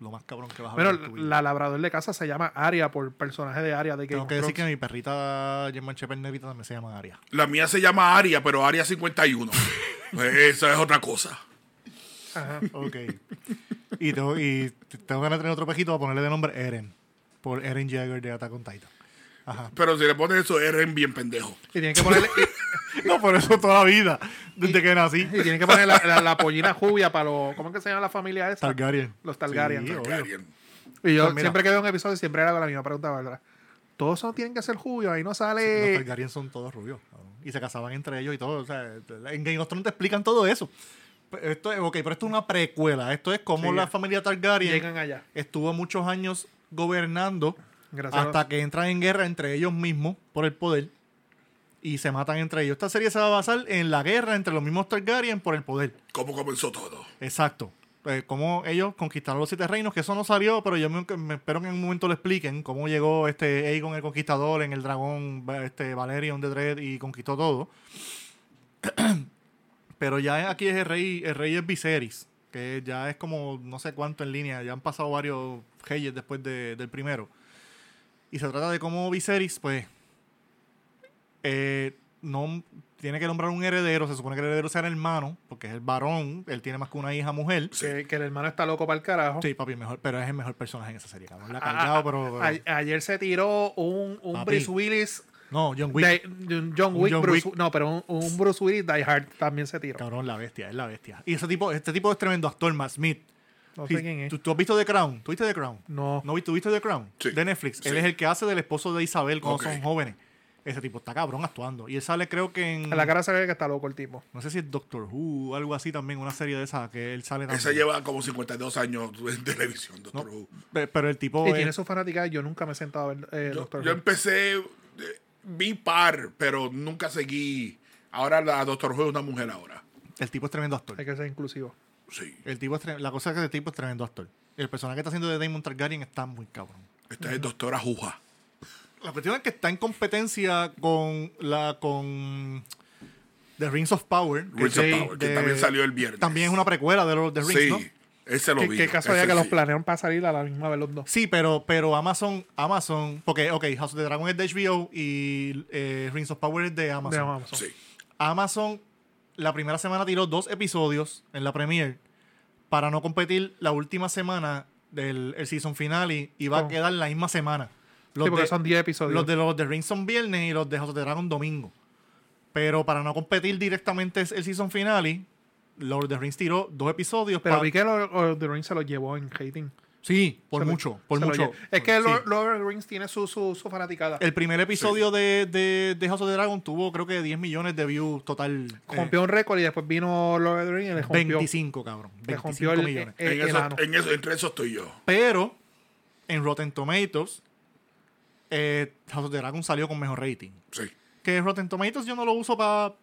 lo más cabrón que vas a ver. Bueno, en tu vida. la labrador de casa se llama Aria por personaje de Aria de Game Tengo of que decir que Thrones. mi perrita German Shepherd Negrita también se llama Aria. La mía se llama Aria, pero Aria 51. Pues Esa es otra cosa. Ajá. Ok. y, tengo, y t- tengo ganas de tener otro pejito para ponerle de nombre Eren. Por Eren Jagger de Attack on Titan. Ajá. Pero si le pones eso, eres bien pendejo. Y tienen que ponerle, No, por eso toda la vida. Desde que nací. y, y tienen que poner la, la- la pollina jubia para los. ¿Cómo es que se llama la familia esa? Targaryen. Los Targaryen. Sí, obvio. Targaryen. Y yo Pues mira. siempre que veo un episodio siempre hago la misma pregunta, ¿verdad? Todos son- tienen que ser jubios, ahí no Los sale. Targaryen son todos rubios. cabrón. Y se casaban entre ellos y todo. O sea, en Game of Thrones te explican todo eso. P- Esto es, ok, pero esto es una precuela. Esto es como Sí. la familia Targaryen Llegan allá. estuvo muchos años gobernando Gracias hasta a- que entran en guerra entre ellos mismos por el poder y se matan entre ellos. Esta serie se va a basar en la guerra entre los mismos Targaryen por el poder. ¿Cómo comenzó todo? Exacto. eh, cómo ellos conquistaron los siete reinos, que eso no salió, pero yo me, me espero que en un momento lo expliquen, cómo llegó este Aegon el Conquistador en el dragón, va- este Valerion de Dread y conquistó todo. pero ya aquí es el rey, el rey es Viserys, que ya es como no sé cuánto en línea, ya han pasado varios reyes después de- del primero. Y se trata de cómo Viserys, pues, eh, no tiene que nombrar un heredero. Se supone que el heredero sea el hermano, porque es el varón. Él tiene más que una hija mujer. Que, que el hermano está loco para el carajo. Sí, papi, mejor, pero es el mejor personaje en esa serie, cabrón. La ha Ah, cargado, ah, pero. pero- eh, a- ayer se tiró un, un Papi. Bruce Willis. no, John Wick. de- de un John Un Wick. John Bruce- Wick. No, pero un, un Bruce Willis Die Hard también se tiró. Cabrón, la bestia, es la bestia. Y ese tipo, este tipo es tremendo actor, Matt Smith. No Sí, sé quién es. ¿tú, tú has visto The Crown? ¿Tú viste The Crown? No. ¿No vi- tú viste The Crown? Sí. De Netflix. Él Sí. es el que hace del esposo de Isabel cuando Ok. son jóvenes. Ese tipo está cabrón actuando. Y él sale, creo que en. En la cara se ve que está loco el tipo. No sé si es Doctor Who o algo así también, una serie de esas que él sale también. Esa lleva como 52 años en televisión, doctor No, Who. pe- Pero el tipo. y es- tiene su fanática. Yo nunca me he sentado a ver eh, Yo, Doctor yo Who. empecé, eh, vi par, pero nunca seguí. Ahora la Doctor Who es una mujer ahora. El tipo es tremendo actor. Hay que ser inclusivo. Sí. El tipo es tre- La cosa es que el tipo es tremendo actor. El personaje que está haciendo de Damon Targaryen está muy cabrón. Esta es Doctora Juja. La cuestión es que está en competencia con la con The Rings of Power. que Rings of es Power, que también salió el viernes. También es una precuela de los The Rings, Sí, ¿no? ese lo Qué, vi. qué casualidad ese que los sí. planearon para salir a la misma vez los dos. Sí, pero, pero Amazon, Amazon, porque ok, House of the Dragon es de HBO y eh, Rings of Power es de De Amazon. Amazon. Sí. Amazon la primera semana tiró dos episodios en la premiere para no competir la última semana del el season finale y va a Oh. quedar la misma semana. Sí, Los porque de- son 10 episodios. Los de los de Rings son viernes y los de House of the Dragon domingo. Pero para no competir directamente es el season finale, Lord of the Rings tiró dos episodios. Pero pa- vi que Lord of the Rings se los llevó en hating. sí, por Se lo- mucho, por se lo mucho. llevó. Es que Sí. Lord, Lord of the Rings tiene su, su, su fanaticada. el primer episodio de, de, de House of the Dragon tuvo creo que 10 millones de views total. eh, rompió un récord y después vino Lord of the Rings y le rompió. 25, cabrón. le 25 rompió el, eh, millones. el- en el eso, ano. en eso, entre esos estoy yo. Pero en Rotten Tomatoes, eh, House of the Dragon salió con mejor rating. Sí. Que Rotten Tomatoes yo no lo uso para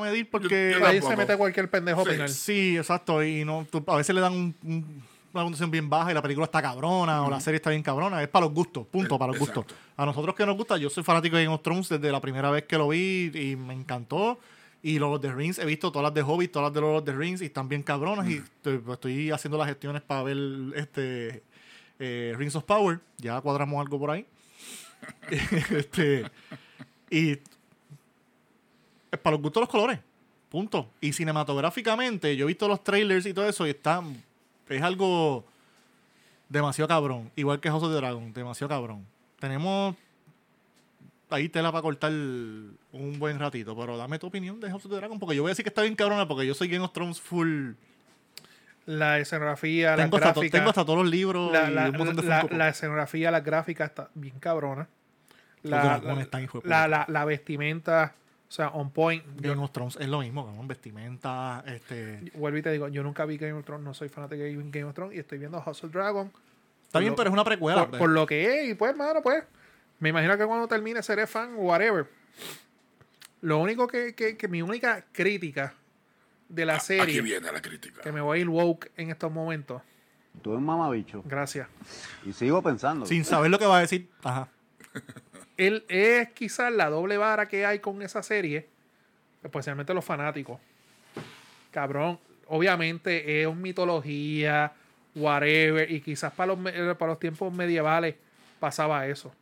medir porque... yo Ahí tampoco. se mete cualquier pendejo a opinar. Sí, exacto. Y no, tú- a veces le dan un- un- una puntuación bien baja y la película está cabrona o la serie está bien cabrona. Es para los gustos, punto, Eh, para los exacto. gustos. A nosotros que nos gusta, yo soy fanático de Game of Thrones desde la primera vez que lo vi y me encantó. Y Lord of the Rings, he visto todas las de Hobbit, todas las de Lord of the Rings y están bien cabronas. Y estoy, estoy haciendo las gestiones para ver este eh, Rings of Power. Ya cuadramos algo por ahí. este, y es para los gustos los colores. Punto. Y cinematográficamente, yo he visto los trailers y todo eso y está. Es algo demasiado cabrón. Igual que House of the Dragon, demasiado cabrón. Tenemos ahí tela para cortar un buen ratito, pero dame tu opinión de House of the Dragon, porque yo voy a decir que está bien cabrona, porque yo soy Game of Thrones full. La escenografía, la Tengo hasta, to- gráfica. tengo hasta todos los libros la, y la- un montón de la- Funko Pop. la escenografía, la gráfica está bien cabrona. Los dragones están hijo de la, puta. la- la vestimenta, o sea, on point. Yo, Game of Thrones es lo mismo, cabrón, vestimenta, este... vuelvo y te digo, yo nunca vi Game of Thrones, no soy fanático de Game of Thrones y estoy viendo House of Dragon Está bien, lo- pero es una precuela. por, por lo que es. Y pues, mano, pues, me imagino que cuando termine seré fan, whatever. Lo único que, que, que mi única crítica de la Aquí serie, viene la crítica. que me voy a ir woke en estos momentos, Tú eres mamabicho. gracias. Y sigo pensando. sin saber lo que va a decir. Ajá. él es quizás la doble vara que hay con esa serie, especialmente los fanáticos. Cabrón, obviamente es un mitología, whatever, y quizás para los, me- eh, para los tiempos medievales pasaba eso.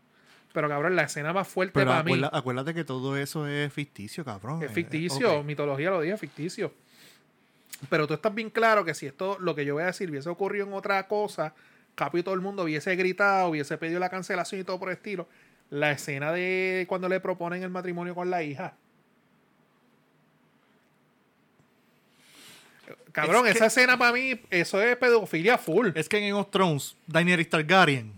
Pero cabrón, la escena más fuerte Pero para mí acuerda- acuérdate que todo eso es ficticio, cabrón. es Eh, ficticio, ok. mitología lo dije, ficticio. Pero tú estás bien claro que si esto, lo que yo voy a decir, hubiese ocurrido en otra cosa, Capi y todo el mundo hubiese gritado, hubiese pedido la cancelación y todo por el estilo. La escena de cuando le proponen el matrimonio con la hija. Cabrón, Es que- esa escena para mí, eso es pedofilia full. Es que en Game of Thrones, Daenerys Targaryen.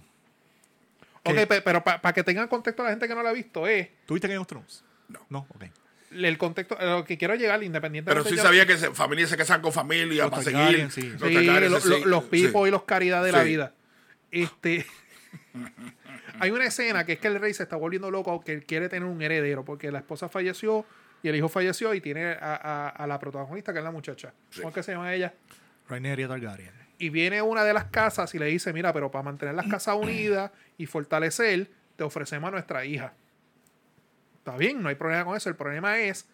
Ok, que- pe- pero para que tengan contexto la gente que no la ha visto, es ¿Tuviste Game of Thrones? No. No, ok. el contexto, lo que quiero llegar, independientemente Pero sí yo- sabía que se, familia se casan con familia Los para Targaryen, seguir. sí. Los Sí, Targaryen, lo- sí, lo- los sí. pipos y los caridad de la Sí. vida. Este. hay una escena que es que el rey se está volviendo loco, que él quiere tener un heredero, porque la esposa falleció y el hijo falleció y tiene a, a- a la protagonista, que es la muchacha. Sí. ¿Cómo es que se llama ella? Rhaenyra Targaryen. y viene una de las casas y le dice, mira, pero para mantener las casas unidas y fortalecer, te ofrecemos a nuestra hija. Está bien, no hay problema con eso. El problema es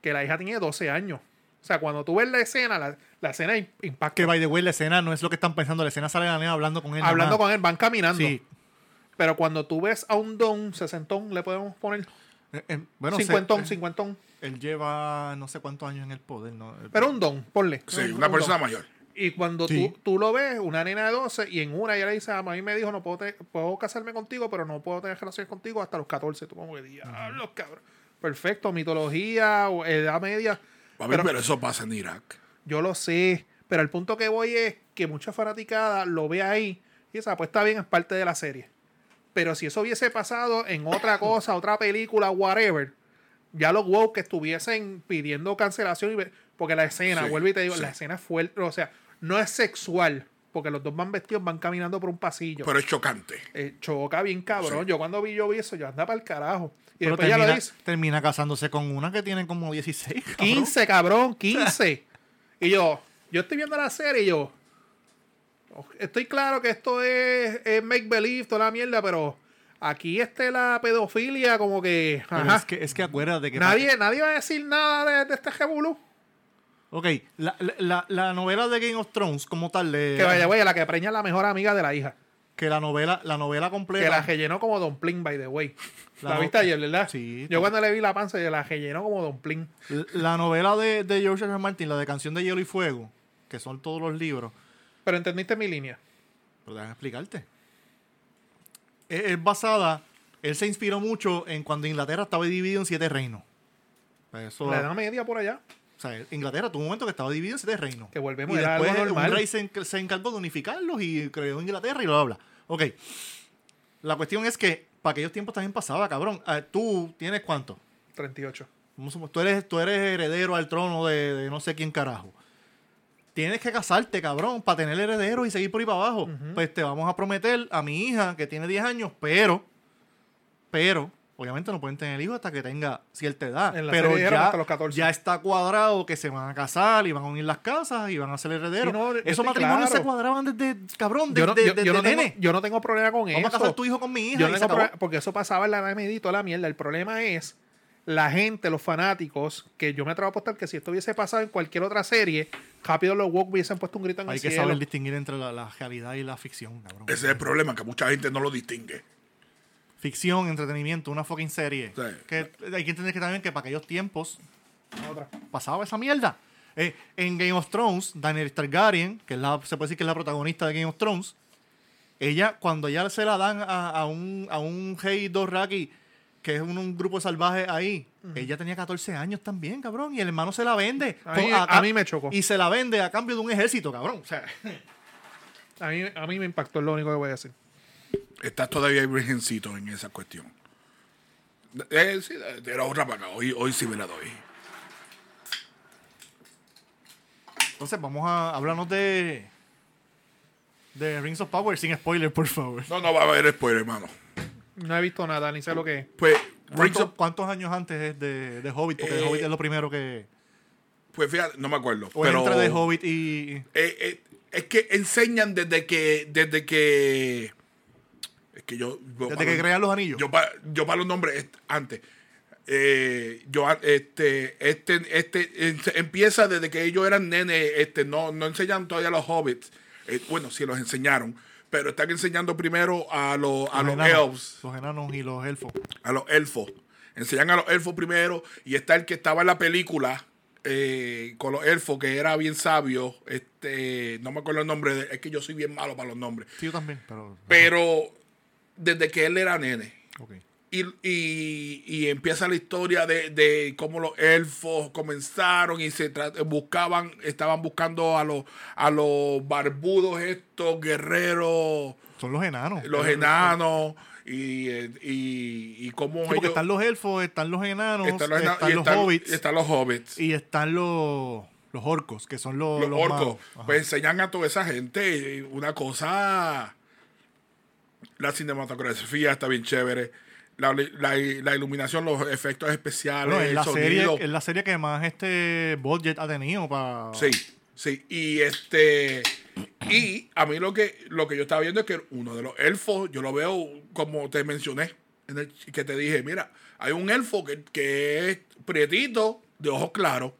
que la hija tiene 12 años. O sea, cuando tú ves la escena, la, la escena im- impacta. Que, by the way, la escena no es lo que están pensando. La escena sale la nena hablando con él. Hablando con él, van caminando. Sí. Pero cuando tú ves a un don, sesentón, le podemos poner Eh, eh, bueno, se- cincuentón, eh, cincuentón. Él lleva no sé cuántos años en el poder. ¿no? Pero un don, ponle. Sí, Un una don. persona mayor. Y cuando Sí. tú, tú lo ves, una nena de 12, y en una ella le dice, "Ah, a mí me dijo, no puedo, te- puedo casarme contigo, pero no puedo tener relaciones contigo hasta los 14. Tú como que diablos, cabrón. Perfecto, mitología, o edad media. A ver, Pero- pero, eso pasa en Irak. Yo lo sé, pero el punto que voy es que mucha fanaticada lo ve ahí y esa pues está bien, es parte de la serie. Pero si eso hubiese pasado en otra cosa, otra película, whatever, ya los wow que estuviesen pidiendo cancelación, y ve- porque la escena, Sí, vuelvo y te digo, sí. la escena es fuerte, o sea, no es sexual, porque los dos van vestidos, van caminando por un pasillo. Pero es chocante. Eh, choca bien cabrón. Sí. Yo cuando vi yo vi eso, yo anda para el carajo. Y Pero después ya termina, lo dice. termina casándose con una que tiene como 16. cabrón. 15, cabrón, 15. y yo, yo estoy viendo la serie y yo, estoy claro que esto es, es make believe, toda la mierda, pero aquí este la pedofilia, como que, Pero ajá. es que, es que acuérdate que. nadie, nadie va a decir nada de, de este revolú. Ok, la, la- la, la novela de Game of Thrones, como tal, de- Que vaya, vaya, la que preña es la mejor amiga de la hija. que la novela, la novela Que la completa. rellenó como Don Plin, by the way. La, La no- viste ayer, ¿verdad? Sí. Yo cuando le vi la panza, yo la rellenó como Don Plin. La novela de, de George R. R. Martin, la de Canción de Hielo y Fuego, que son todos los libros, Pero entendiste mi línea. pero déjame explicarte. Es, es basada, él se inspiró mucho en cuando Inglaterra estaba dividido en siete reinos. Pues Eso, La edad media por allá. o sea, Inglaterra tuvo un momento que estaba dividido en siete reinos. Que volvemos, y era algo después normal. un rey se, enc- se encargó de unificarlos y creó Inglaterra y bla, bla, bla. Ok. La cuestión es que para aquellos tiempos también pasaba, cabrón. Ah, Tú tienes cuánto? 38. ¿Cómo somos? Tú eres, tú eres heredero al trono de, de no sé quién carajo. Tienes que casarte, cabrón, para tener herederos y seguir por ahí para abajo. Pues te vamos a prometer a mi hija, que tiene 10 años, pero, pero, obviamente no pueden tener hijos hasta que tenga cierta edad. En la Pero serie dijeron ya, hasta los 14. ya está cuadrado que se van a casar y van a unir las casas y van a ser herederos. Sí, no, yo Esos estoy matrimonios claro. se cuadraban desde, cabrón, Yo desde no, de, yo- de- yo no de tengo, nene. yo no tengo problema con Vamos eso. a casar tu hijo con mi hija. Yo y no se tengo acabó. problema, porque eso pasaba en la edad media y toda la mierda. El problema es la gente, los fanáticos, que yo me atrevo a apostar que si esto hubiese pasado en cualquier otra serie, rápido los woke hubiesen puesto un grito en Hay el que cielo. saber distinguir entre la, la realidad y la ficción, cabrón. Ese es el problema, que mucha gente no lo distingue. ficción, entretenimiento, una fucking serie. Sí. Que hay que entender que también que para aquellos tiempos Otra. pasaba esa mierda. Eh, en Game of Thrones, Daenerys Targaryen, que es la, se puede decir que es la protagonista de Game of Thrones, ella, cuando ya se la dan a, a un, a un Hey Dorraki, que es un, un grupo salvaje ahí, ella tenía 14 años también, cabrón, y el hermano se la vende. A mí- Con- a mí me chocó. Y se la vende a cambio de un ejército, cabrón. O sea, A mí, a mí me impactó, es lo único que voy a decir. Estás todavía virgencito en esa cuestión. Eh, sí, era otra para acá. Hoy, hoy sí me la doy. entonces vamos a hablarnos de... De Rings of Power sin spoiler, por favor. No, no va a haber spoiler, hermano. No he visto nada, ni sé lo que es. Pues, Rings ¿Cuánto- of- ¿Cuántos años antes es de, de Hobbit? Porque Eh, Hobbit es lo primero que. pues fíjate, no me acuerdo. O es pero entre de Hobbit y. Eh, eh, es que enseñan desde que. Desde que. Es que yo. yo Desde para que los- crean los anillos. Yo para yo pa los nombres est- antes. Eh, yo a- este este este en- empieza desde que ellos eran nenes este no no enseñan todavía a los hobbits Eh, bueno sí los enseñaron pero están enseñando primero a los a los enanos, elves Los enanos y los elfos. a los elfos. Enseñan a los elfos primero y está el que estaba en la película eh, con los elfos, que era bien sabio. Este, no me acuerdo el nombre, de- es que yo soy bien malo para los nombres. Sí, yo también, pero. Pero desde que él era nene. ok. Y, y- y empieza la historia de, de cómo los elfos comenzaron y se tra- buscaban, estaban buscando a los, a los barbudos estos guerreros, Son los enanos. los Sí, enanos, y, eh, y, y cómo porque ellos- están los elfos, están los enanos, están están los, los, ena- y están- hobbits y están los hobbits. y están los, los orcos, que son los. los, orcos. magos. Ajá. Pues enseñan a toda esa gente eh, una cosa. La cinematografía está bien chévere. La, la- la iluminación, los efectos especiales, Bueno, es el la, serie, sonido. es la serie que más este budget ha tenido para. Sí. Sí, y este. Y a mí lo que, lo que yo estaba viendo es que uno de los elfos, yo lo veo como te mencioné, en el- que te dije, mira, hay un elfo que, que es prietito, de ojos claros,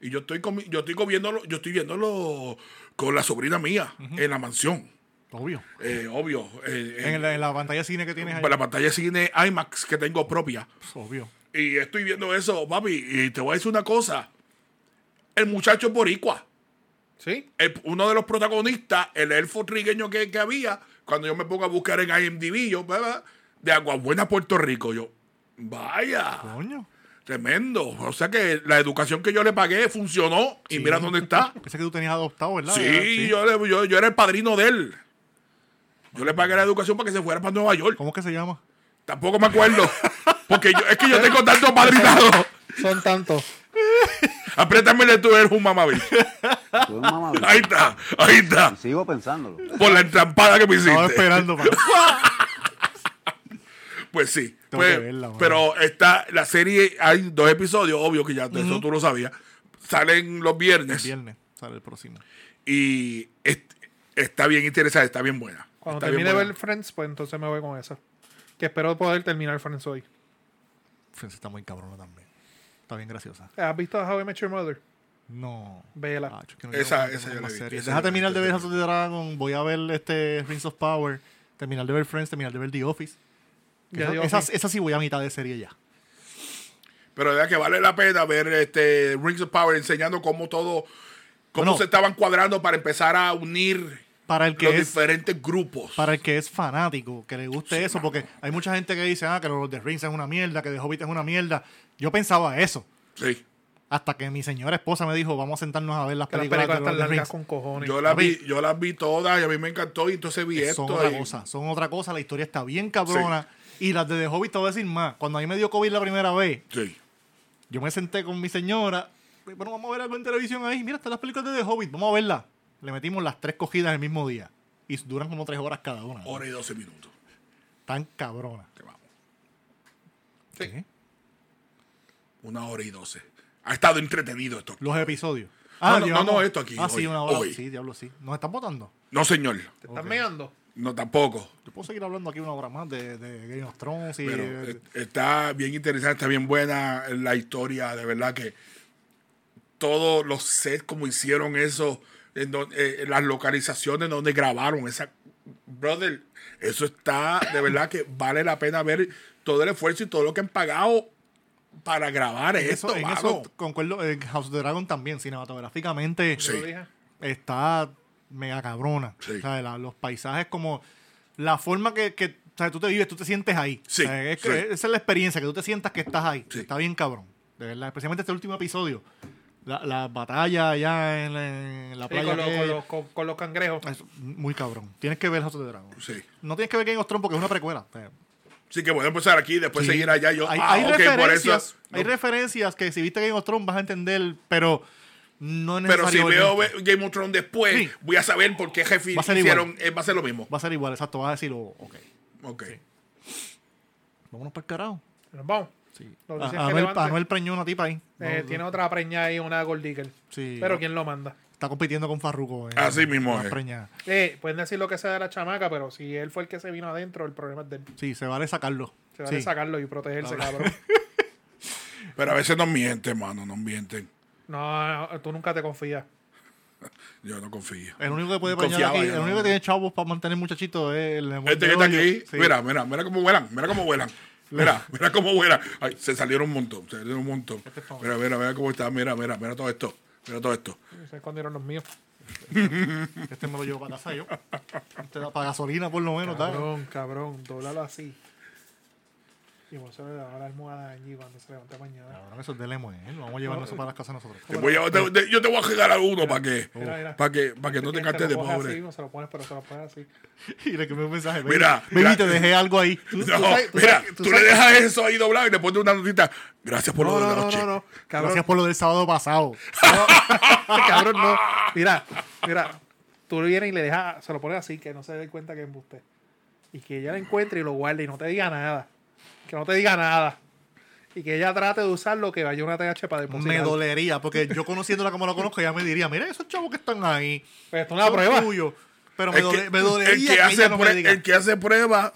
y yo estoy, comi- yo estoy comiéndolo, yo estoy viéndolo con la sobrina mía en la mansión, Obvio. Eh, obvio. eh, en, En la, en la pantalla de cine que tienes ahí. la pantalla de cine IMAX que tengo propia. Pues, obvio. Y estoy viendo eso, papi, y te voy a decir una cosa. El muchacho es boricua. ¿Sí? El- uno de los protagonistas, el elfo trigueño que, que había, cuando yo me pongo a buscar en IMDb, yo, "Bah, bah", de Aguabuena, Puerto Rico, yo, vaya, Coño. tremendo. O sea que la educación que yo le pagué funcionó y mira dónde está. Ese que tú tenías adoptado, ¿verdad? Sí, Era- Yo, le- yo, yo era el padrino de él. Yo le pagué la educación para que se fuera para Nueva York. ¿Cómo es que se llama? Tampoco me acuerdo. Porque yo, es que yo tengo tantos padrinados. Son tantos. Apriétamele tú, eres un mamabicho. Tú eres un mamabicho. Ahí está, ahí Y está. sigo pensándolo. Por la entrampada que me hiciste. Estaba esperando para. Pues sí. Tengo que Pues, verla, mano. pero está la serie, hay dos episodios, obvio que ya de eso tú lo sabías. Salen los viernes Viernes sale el próximo. y est- está bien interesante, está bien buena. Cuando Está bien termine de buena. ver Friends, pues entonces me voy con esa. Que espero poder terminar Friends hoy. Friends está muy cabrona también. Está bien graciosa. ¿Has visto How I Met Your Mother? No. Vela. Ah, yo que no Esa- quiero esa yo meterme la en he más visto, series. esa Deja yo la he terminar visto de ver House of the Dragon. Voy a ver este Rings of Power. Terminar de ver Friends. Terminar de ver The Office. Que Ya esa, digo, esa- sí. esa sí voy a mitad de serie ya. Pero de verdad que vale la pena ver este Rings of Power enseñando cómo todo, cómo Bueno. se estaban cuadrando para empezar a unir Para el que los es. diferentes grupos. Para el que es fanático, que le guste eso, porque hay mucha gente que dice, ah, que los de Rings es una mierda, que de Hobbit es una mierda. Yo pensaba eso, Sí. hasta que mi señora esposa me dijo, vamos a sentarnos a ver las Que las películas, películas de están Lord of the largas Rings. con cojones. Yo las vi, yo las vi todas y a mí me encantó y entonces vi esto. son otra y- cosa, son otra cosa, la historia está bien cabrona. Y las de The Hobbit te voy a decir más. Cuando a mí me dio COVID la primera vez, Sí. yo me senté con mi señora, bueno, vamos a ver algo en televisión ahí, mira, están las películas de The Hobbit, vamos a verlas. Le metimos las tres cogidas el mismo día. Y duran como tres horas cada una. Hora y 12 minutos. Tan cabrona. Que vamos. Sí. ¿Qué? Una hora y doce. Ha estado entretenido esto. Los episodios. No, no, llevamos- no, no, esto aquí, Ah, sí, hoy, una hora. hoy. Sí, diablo, sí. Nos están votando. No, señor. ¿Te estás meando? No, tampoco. Yo puedo seguir hablando aquí una hora más de, de Game of Thrones y. Pero eh, eh, está bien interesante, está bien buena la historia, de verdad que todos los sets como hicieron eso, en don- eh, las localizaciones donde grabaron esa brother, eso está de verdad que vale la pena ver todo el esfuerzo y todo lo que han pagado para grabar en esto, eso, en mano. eso concuerdo. en House of the Dragon también, cinematográficamente, Yo Sí. lo dije. está mega cabrona. Sí. O sea, la- los paisajes, como. La forma que, que, o sea, tú te vives, tú te sientes ahí. Sí, O sea, es que- sí. Esa es la experiencia, que tú te sientas que estás ahí. Sí. Está bien cabrón. De verdad, especialmente este último episodio. La, la batalla allá en la, en la Sí, playa. con, los- que- con los- con- con los cangrejos. Es muy cabrón. Tienes que ver House of the Dragon. Sí. No tienes que ver Game of Thrones porque es una precuela. O sea, Sí, que voy a empezar aquí, después sí. seguir allá. Yo, hay, ah, hay ok, por referencias, eso. hay referencias que si viste Game of Thrones vas a entender, pero no es Pero si veo necesariamente. Game of Thrones después, Sí. voy a saber por qué jefe Va a ser hicieron. eh, va a ser lo mismo. Va a ser igual, exacto. Vas a decir, oh, ok, Ok. vámonos para el carajo. Nos vamos. Sí. Lo A- dicen que Anuel, levante. Anuel preñó una tipa ahí. Eh, No, tiene otra preña ahí, una Gold Digger. Sí. Pero ¿quién lo manda? Está compitiendo con Farruko. en- Así mismo en la es. preña. Eh, pueden decir lo que sea de la chamaca, pero si él fue el que se vino adentro, el problema es de él. Sí, se vale sacarlo. Se vale Sí. sacarlo y protegerse, cabrón. Pero a veces no mienten, mano, no mienten. No, no, tú nunca te confías. Yo no confío. El único que puede preñar Confiaba aquí, el yo, único no. que tiene chavos para mantener muchachito es el Este que está aquí, Sí. mira, mira, mira cómo vuelan, mira cómo vuelan. Mira, mira cómo vuelan. Ay, se salieron un montón, se salieron un montón. Este Mira, mira, mira cómo está, mira, mira, mira todo esto. Mira todo esto. Se escondieron los míos. Este me lo llevo para casa yo. Este da para gasolina por lo menos, ¿sabes? Cabrón, cabrón, doblalo así. Y vos se le daba la almohada allí cuando se levanta mañana. Cabrón, eso es de Lemon, ¿eh? Vamos a llevarnos eso para las casas Este nosotros. Te voy a- te- te- yo te voy a regalar uno para que, mira, mira. para que, para que no te Tienes cantes de lo coges pobre. Así, no se lo pones, pero se lo pones así. Y le quemé un mensaje. baby. Mira, Baby, mira. te dejé algo ahí. Tú- No, tú sabes- tú mira, sabes- tú, le dejas eso ahí doblado y le pones una notita. Gracias por lo No, de no, la no, noche. no, no. Cabrón, Gracias por lo del sábado pasado. cabrón, no. Mira, mira. Tú le vienes y le dejas, se lo pones así, que no se dé cuenta que es embuste. Y que ella lo encuentre y lo guarde y no te diga nada. Que no te diga nada. y que ella trate de usar lo que vaya una TH para Me depositar. dolería, porque yo conociéndola como la conozco, ella me diría, mira esos chavos que están ahí. Pero esto no es son la prueba. tuyos". Pero me, el, dole- que, me dolería el, que que hace ella no me prue- diga. el que hace prueba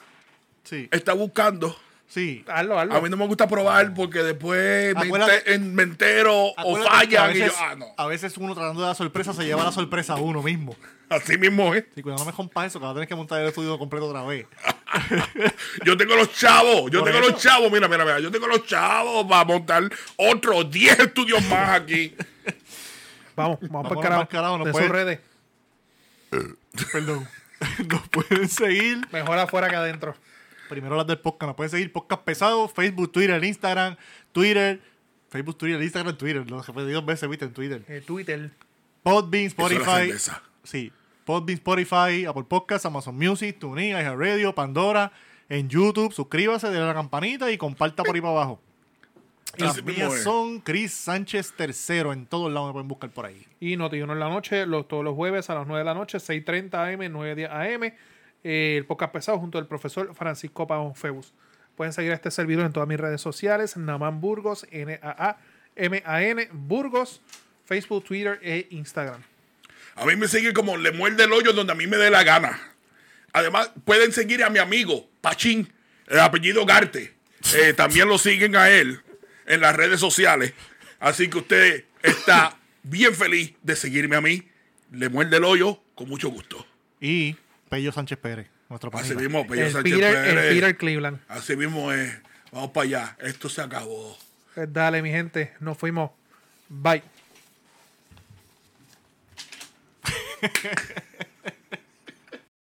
Sí, está buscando. sí. Hazlo, Ah, hazlo. A mí no me gusta probar porque después me, Acuérdate- ente- en- me entero o Acuérdate que a fallan y veces, yo, ah, no. a veces uno tratando de dar sorpresa se lleva la sorpresa a uno mismo. Así mismo es. Sí, cuidado, no me compas eso, que vas a tener que montar el estudio completo otra vez. Yo tengo los chavos, yo Por tengo eso. los chavos, mira, mira, mira, yo tengo los chavos para montar otros 10 estudios más aquí. Vamos, vamos para Vámonos pa'l el carajo, carajo. no De puede- sus redes. Perdón. Nos pueden seguir. Mejor afuera que adentro. Primero las del podcast. Nos pueden seguir podcast pesado, Facebook, Twitter, Instagram, Twitter. Facebook, Twitter, Instagram, Twitter. Los repetí dos veces, viste, en Twitter. Eh, Twitter. Podbean, Eso es la Spotify. cerveza. Sí. Podbean, Spotify, Apple Podcasts, Amazon Music, TuneIn, Radio, Pandora, en YouTube. Suscríbase, denle a la campanita y comparta por ahí para abajo. Así Y Las mismo mías es. son Chris Sánchez III. En todos lados me pueden buscar por ahí. Y Noti1 en la noche, los, todos los jueves a las 9 de la noche, 6.30 AM, 9.10 AM. eh, el podcast pesado junto al profesor Francisco Pavón Febus. Pueden seguir a este servidor en todas mis redes sociales, Naman Burgos, N-A-A-M-A-N, Burgos, Facebook, Twitter e Instagram. A mí me sigue como le muerde el hoyo donde a mí me dé la gana. Además, pueden seguir a mi amigo Pachín, el apellido Garte. Eh, también lo siguen a él en las redes sociales. Así que usted está bien feliz de seguirme a mí. Le muerde el hoyo con mucho gusto. Y Pello Sánchez Pérez, nuestro Así panita. mismo, Pello El Sánchez Peter, el Pérez. Peter Cleveland. Así mismo es. Vamos para allá. Esto se acabó. Pues Dale, mi gente, nos fuimos. Bye.